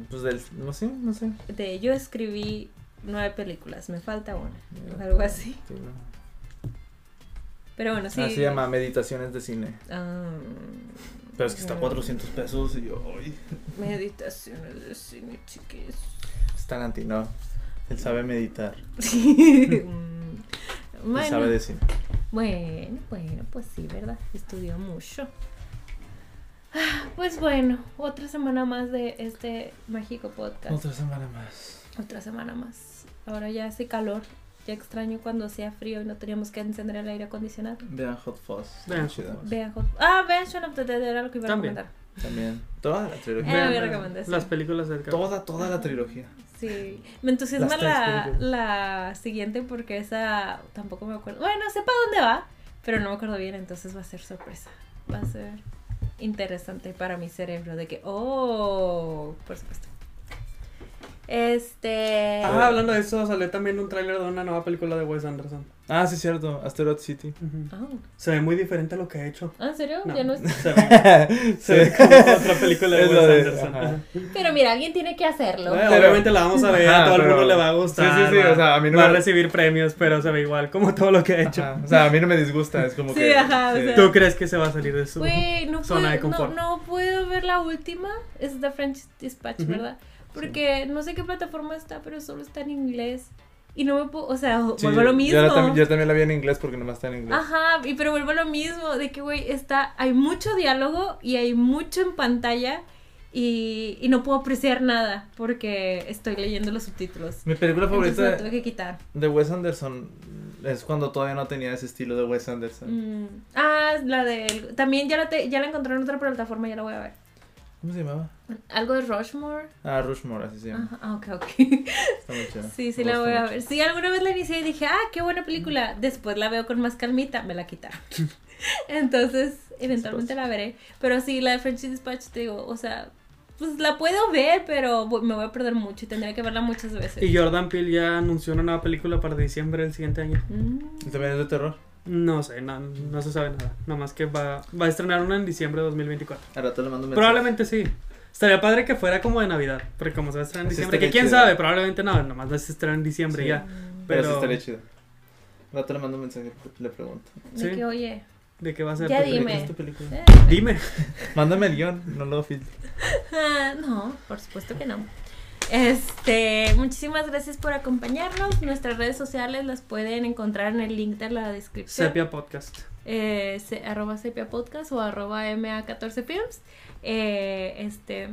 B: pues del. No sé, no sé.
C: De yo escribí nueve películas, me falta una, algo así.
B: Sí, no.
C: Pero bueno, sí.
B: Ah, se llama Meditaciones de Cine.
C: Ah,
E: Pero es que está
C: mm,
E: 400 pesos y yo. ay.
C: Meditaciones de cine, chiquis.
B: Es Tarantino. Él sabe meditar.
C: Mm,
B: Él sabe
C: bueno,
B: de cine.
C: bueno, bueno, pues sí, ¿verdad? Estudió mucho. Ah, Pues bueno, otra semana más de este mágico podcast.
B: Otra semana más.
C: Otra semana más. Ahora ya hace calor. Ya extraño cuando hacía frío y no teníamos que encender el aire acondicionado.
B: Vean Hot Fuzz.
A: Vean
B: Chida.
A: Hot
C: Vean, Hot- ah, vean Shaun of the Dead, era lo que iba a
A: También.
C: recomendar.
B: También. Toda la
C: Eh,
B: trilogía.
A: Vean,
C: voy a
A: vean.
C: recomendar, sí.
A: Las películas de Edgar Wright.
B: Toda, toda la trilogía.
C: Sí, me entusiasma
B: Las tres
C: la,
B: películas.
C: la siguiente porque esa tampoco me acuerdo. Bueno, sé para dónde va, pero no me acuerdo bien, entonces va a ser sorpresa. Va a ser interesante para mi cerebro de que, oh, por supuesto. Este...
A: Ah, hablando de eso, salió también un tráiler de una nueva película de Wes Anderson.
B: Ah, sí, cierto. Asteroid City.
A: Ujú.
C: Oh.
A: Se ve muy diferente a lo que ha hecho.
C: Ah, ¿En serio?
A: No.
C: Ya no es-
A: Se ve, se ve como otra película de
B: Es
A: Wes
B: lo de-
A: Anderson.
B: ajá.
A: Ajá.
C: Pero mira, alguien tiene que hacerlo.
A: Bueno,
B: Pero-
A: obviamente la vamos a ver,
B: Ajá,
A: a todo el
B: pero-
A: mundo le va a gustar.
B: Sí, sí, sí,
A: va-
B: o sea, a mí no
A: va a
B: me-
A: recibir premios, pero se ve igual como todo lo que ha hecho.
B: Ajá. O sea, a mí no me disgusta. Es como
C: Sí,
B: que.
C: ajá, o sea.
A: ¿Tú crees que se va a salir de su
C: Güey, no,
A: zona de
C: puedo- no,
A: confort?
C: no puedo ver la última. Es The French Dispatch,
A: Ujú.
C: ¿verdad? Porque no sé qué plataforma está, pero solo está en inglés. Y no me puedo, o sea,
B: Sí,
C: pues, vuelvo a lo
B: yo,
C: mismo.
B: la tam- yo también la vi en inglés porque nomás está en inglés.
C: Ajá, y pero vuelvo a lo mismo, de que, güey, está, hay mucho diálogo y hay mucho en pantalla y, y no puedo apreciar nada porque estoy leyendo los subtítulos.
B: Mi película
C: Entonces
B: favorita
C: la tuve que quitar.
B: de Wes Anderson es cuando todavía no tenía ese estilo de Wes Anderson.
C: Mm. Ah, la de... También ya la, te- ya la encontré en otra plataforma, ya la voy a ver.
B: ¿Cómo se llamaba?
C: Algo de Rushmore.
B: Ah, Rushmore, así se llama.
C: Ajá, Ah, ok, ok.
B: Está muy chida.
C: Sí, sí
B: Me
C: la
B: gusta
C: voy a
B: mucho.
C: ver. Sí, alguna vez la inicié y dije, ah, qué buena película. Después la veo con más calmita, me la quitaron. Entonces, eventualmente la veré. Pero sí, la de French Dispatch, te digo, o sea, pues la puedo ver, pero voy- me voy a perder mucho y tendría que verla muchas veces.
A: Y Jordan Peele ya anunció una nueva película para diciembre del siguiente año.
C: Mm.
B: ¿Y también es de terror?
A: No sé, no, no se sabe nada. Nomás que va, va a estrenar una en diciembre de 2024.
B: Al rato le mando un mensaje.
A: Probablemente sí. Estaría padre que fuera como de Navidad, porque como se va a estrenar en
B: Sí,
A: diciembre,
B: estaría
A: que quién
B: chido.
A: sabe, probablemente no, nomás se estrena en diciembre
B: Sí.
A: ya.
B: Pero,
A: Pero,
B: sí estaría chido. Al rato le mando un mensaje, le pregunto.
C: De
A: Sí.
C: que, oye,
A: ¿de qué va a ser?
C: Ya
A: tu
C: dime.
A: película?
B: ¿Qué es tu película?
C: eh,
A: Dime.
B: Mándame el guión, no lo filtro.
C: Ah, no, por supuesto que no. Este, muchísimas gracias por acompañarnos. Nuestras redes sociales las pueden encontrar en el link de la descripción.
A: Sepia Podcast.
C: eh, se- arroba sepia podcast o arroba ma14 films. Eh, este,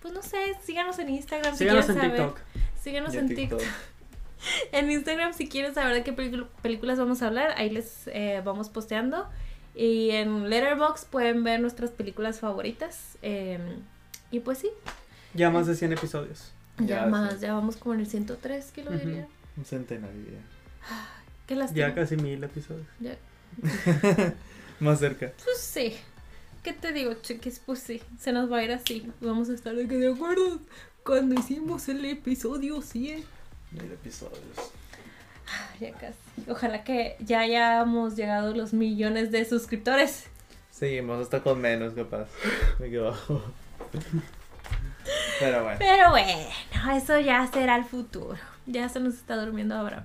C: pues no sé, síganos en Instagram. si
A: Síganos en
C: quieren saber.
A: TikTok.
C: Síganos
B: Ya
C: en TikTok. En Instagram, si quieren saber de qué pelicul- películas vamos a hablar, ahí les eh, vamos posteando. Y en Letterboxd pueden ver nuestras películas favoritas. eh, y pues sí,
A: Ya más de 100 episodios.
C: ya,
B: Ya,
C: más,
B: sí.
C: ya vamos como en el 103, que lo
A: Ujú.
C: diría.
B: Un centenario ya.
C: Qué lástima.
A: Ya casi mil episodios.
C: Ya-
B: Más cerca.
C: Pues sí. ¿Qué te digo, chiquis? Pues sí, se nos va a ir así. Vamos a estar de que de acuerdo cuando hicimos el episodio 100.
B: Mil episodios.
C: Ah, Ya casi. Ojalá que ya hayamos llegado a los millones de suscriptores.
B: Seguimos hasta con menos, capaz. Me quedo bajo. Pero bueno.
C: Pero bueno, eso ya será el futuro. Ya se nos está durmiendo ahora.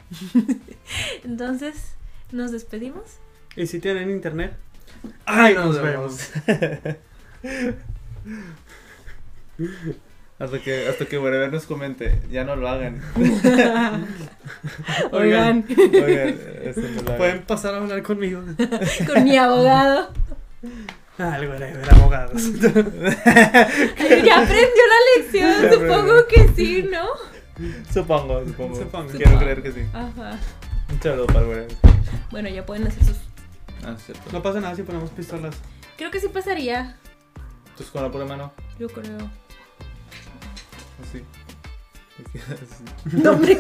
C: Entonces, nos despedimos.
A: Y si tienen internet,
B: ¡Ay,
A: nos vemos.
B: hasta que, hasta que Wherever nos comente, ya no lo hagan.
C: Oigan,
B: Oigan, este, eso no lo hagan.
A: pueden pasar a hablar conmigo.
C: con mi abogado.
A: Algo de ver abogados.
C: Ya aprendió la lección,
B: Ya aprendió.
C: supongo que sí, ¿no?
B: Supongo, supongo.
A: Supongo.
B: Quiero
C: Supongo.
B: creer que sí.
C: Ajá.
B: Un saludo para Wherever.
C: Bueno, ya pueden hacer sus
B: Ah, es cierto.
A: No pasa nada si ponemos pistolas.
C: Creo que sí pasaría,
B: Pues con la pura mano.
C: yo creo.
B: Así. Así.
C: No, hombre.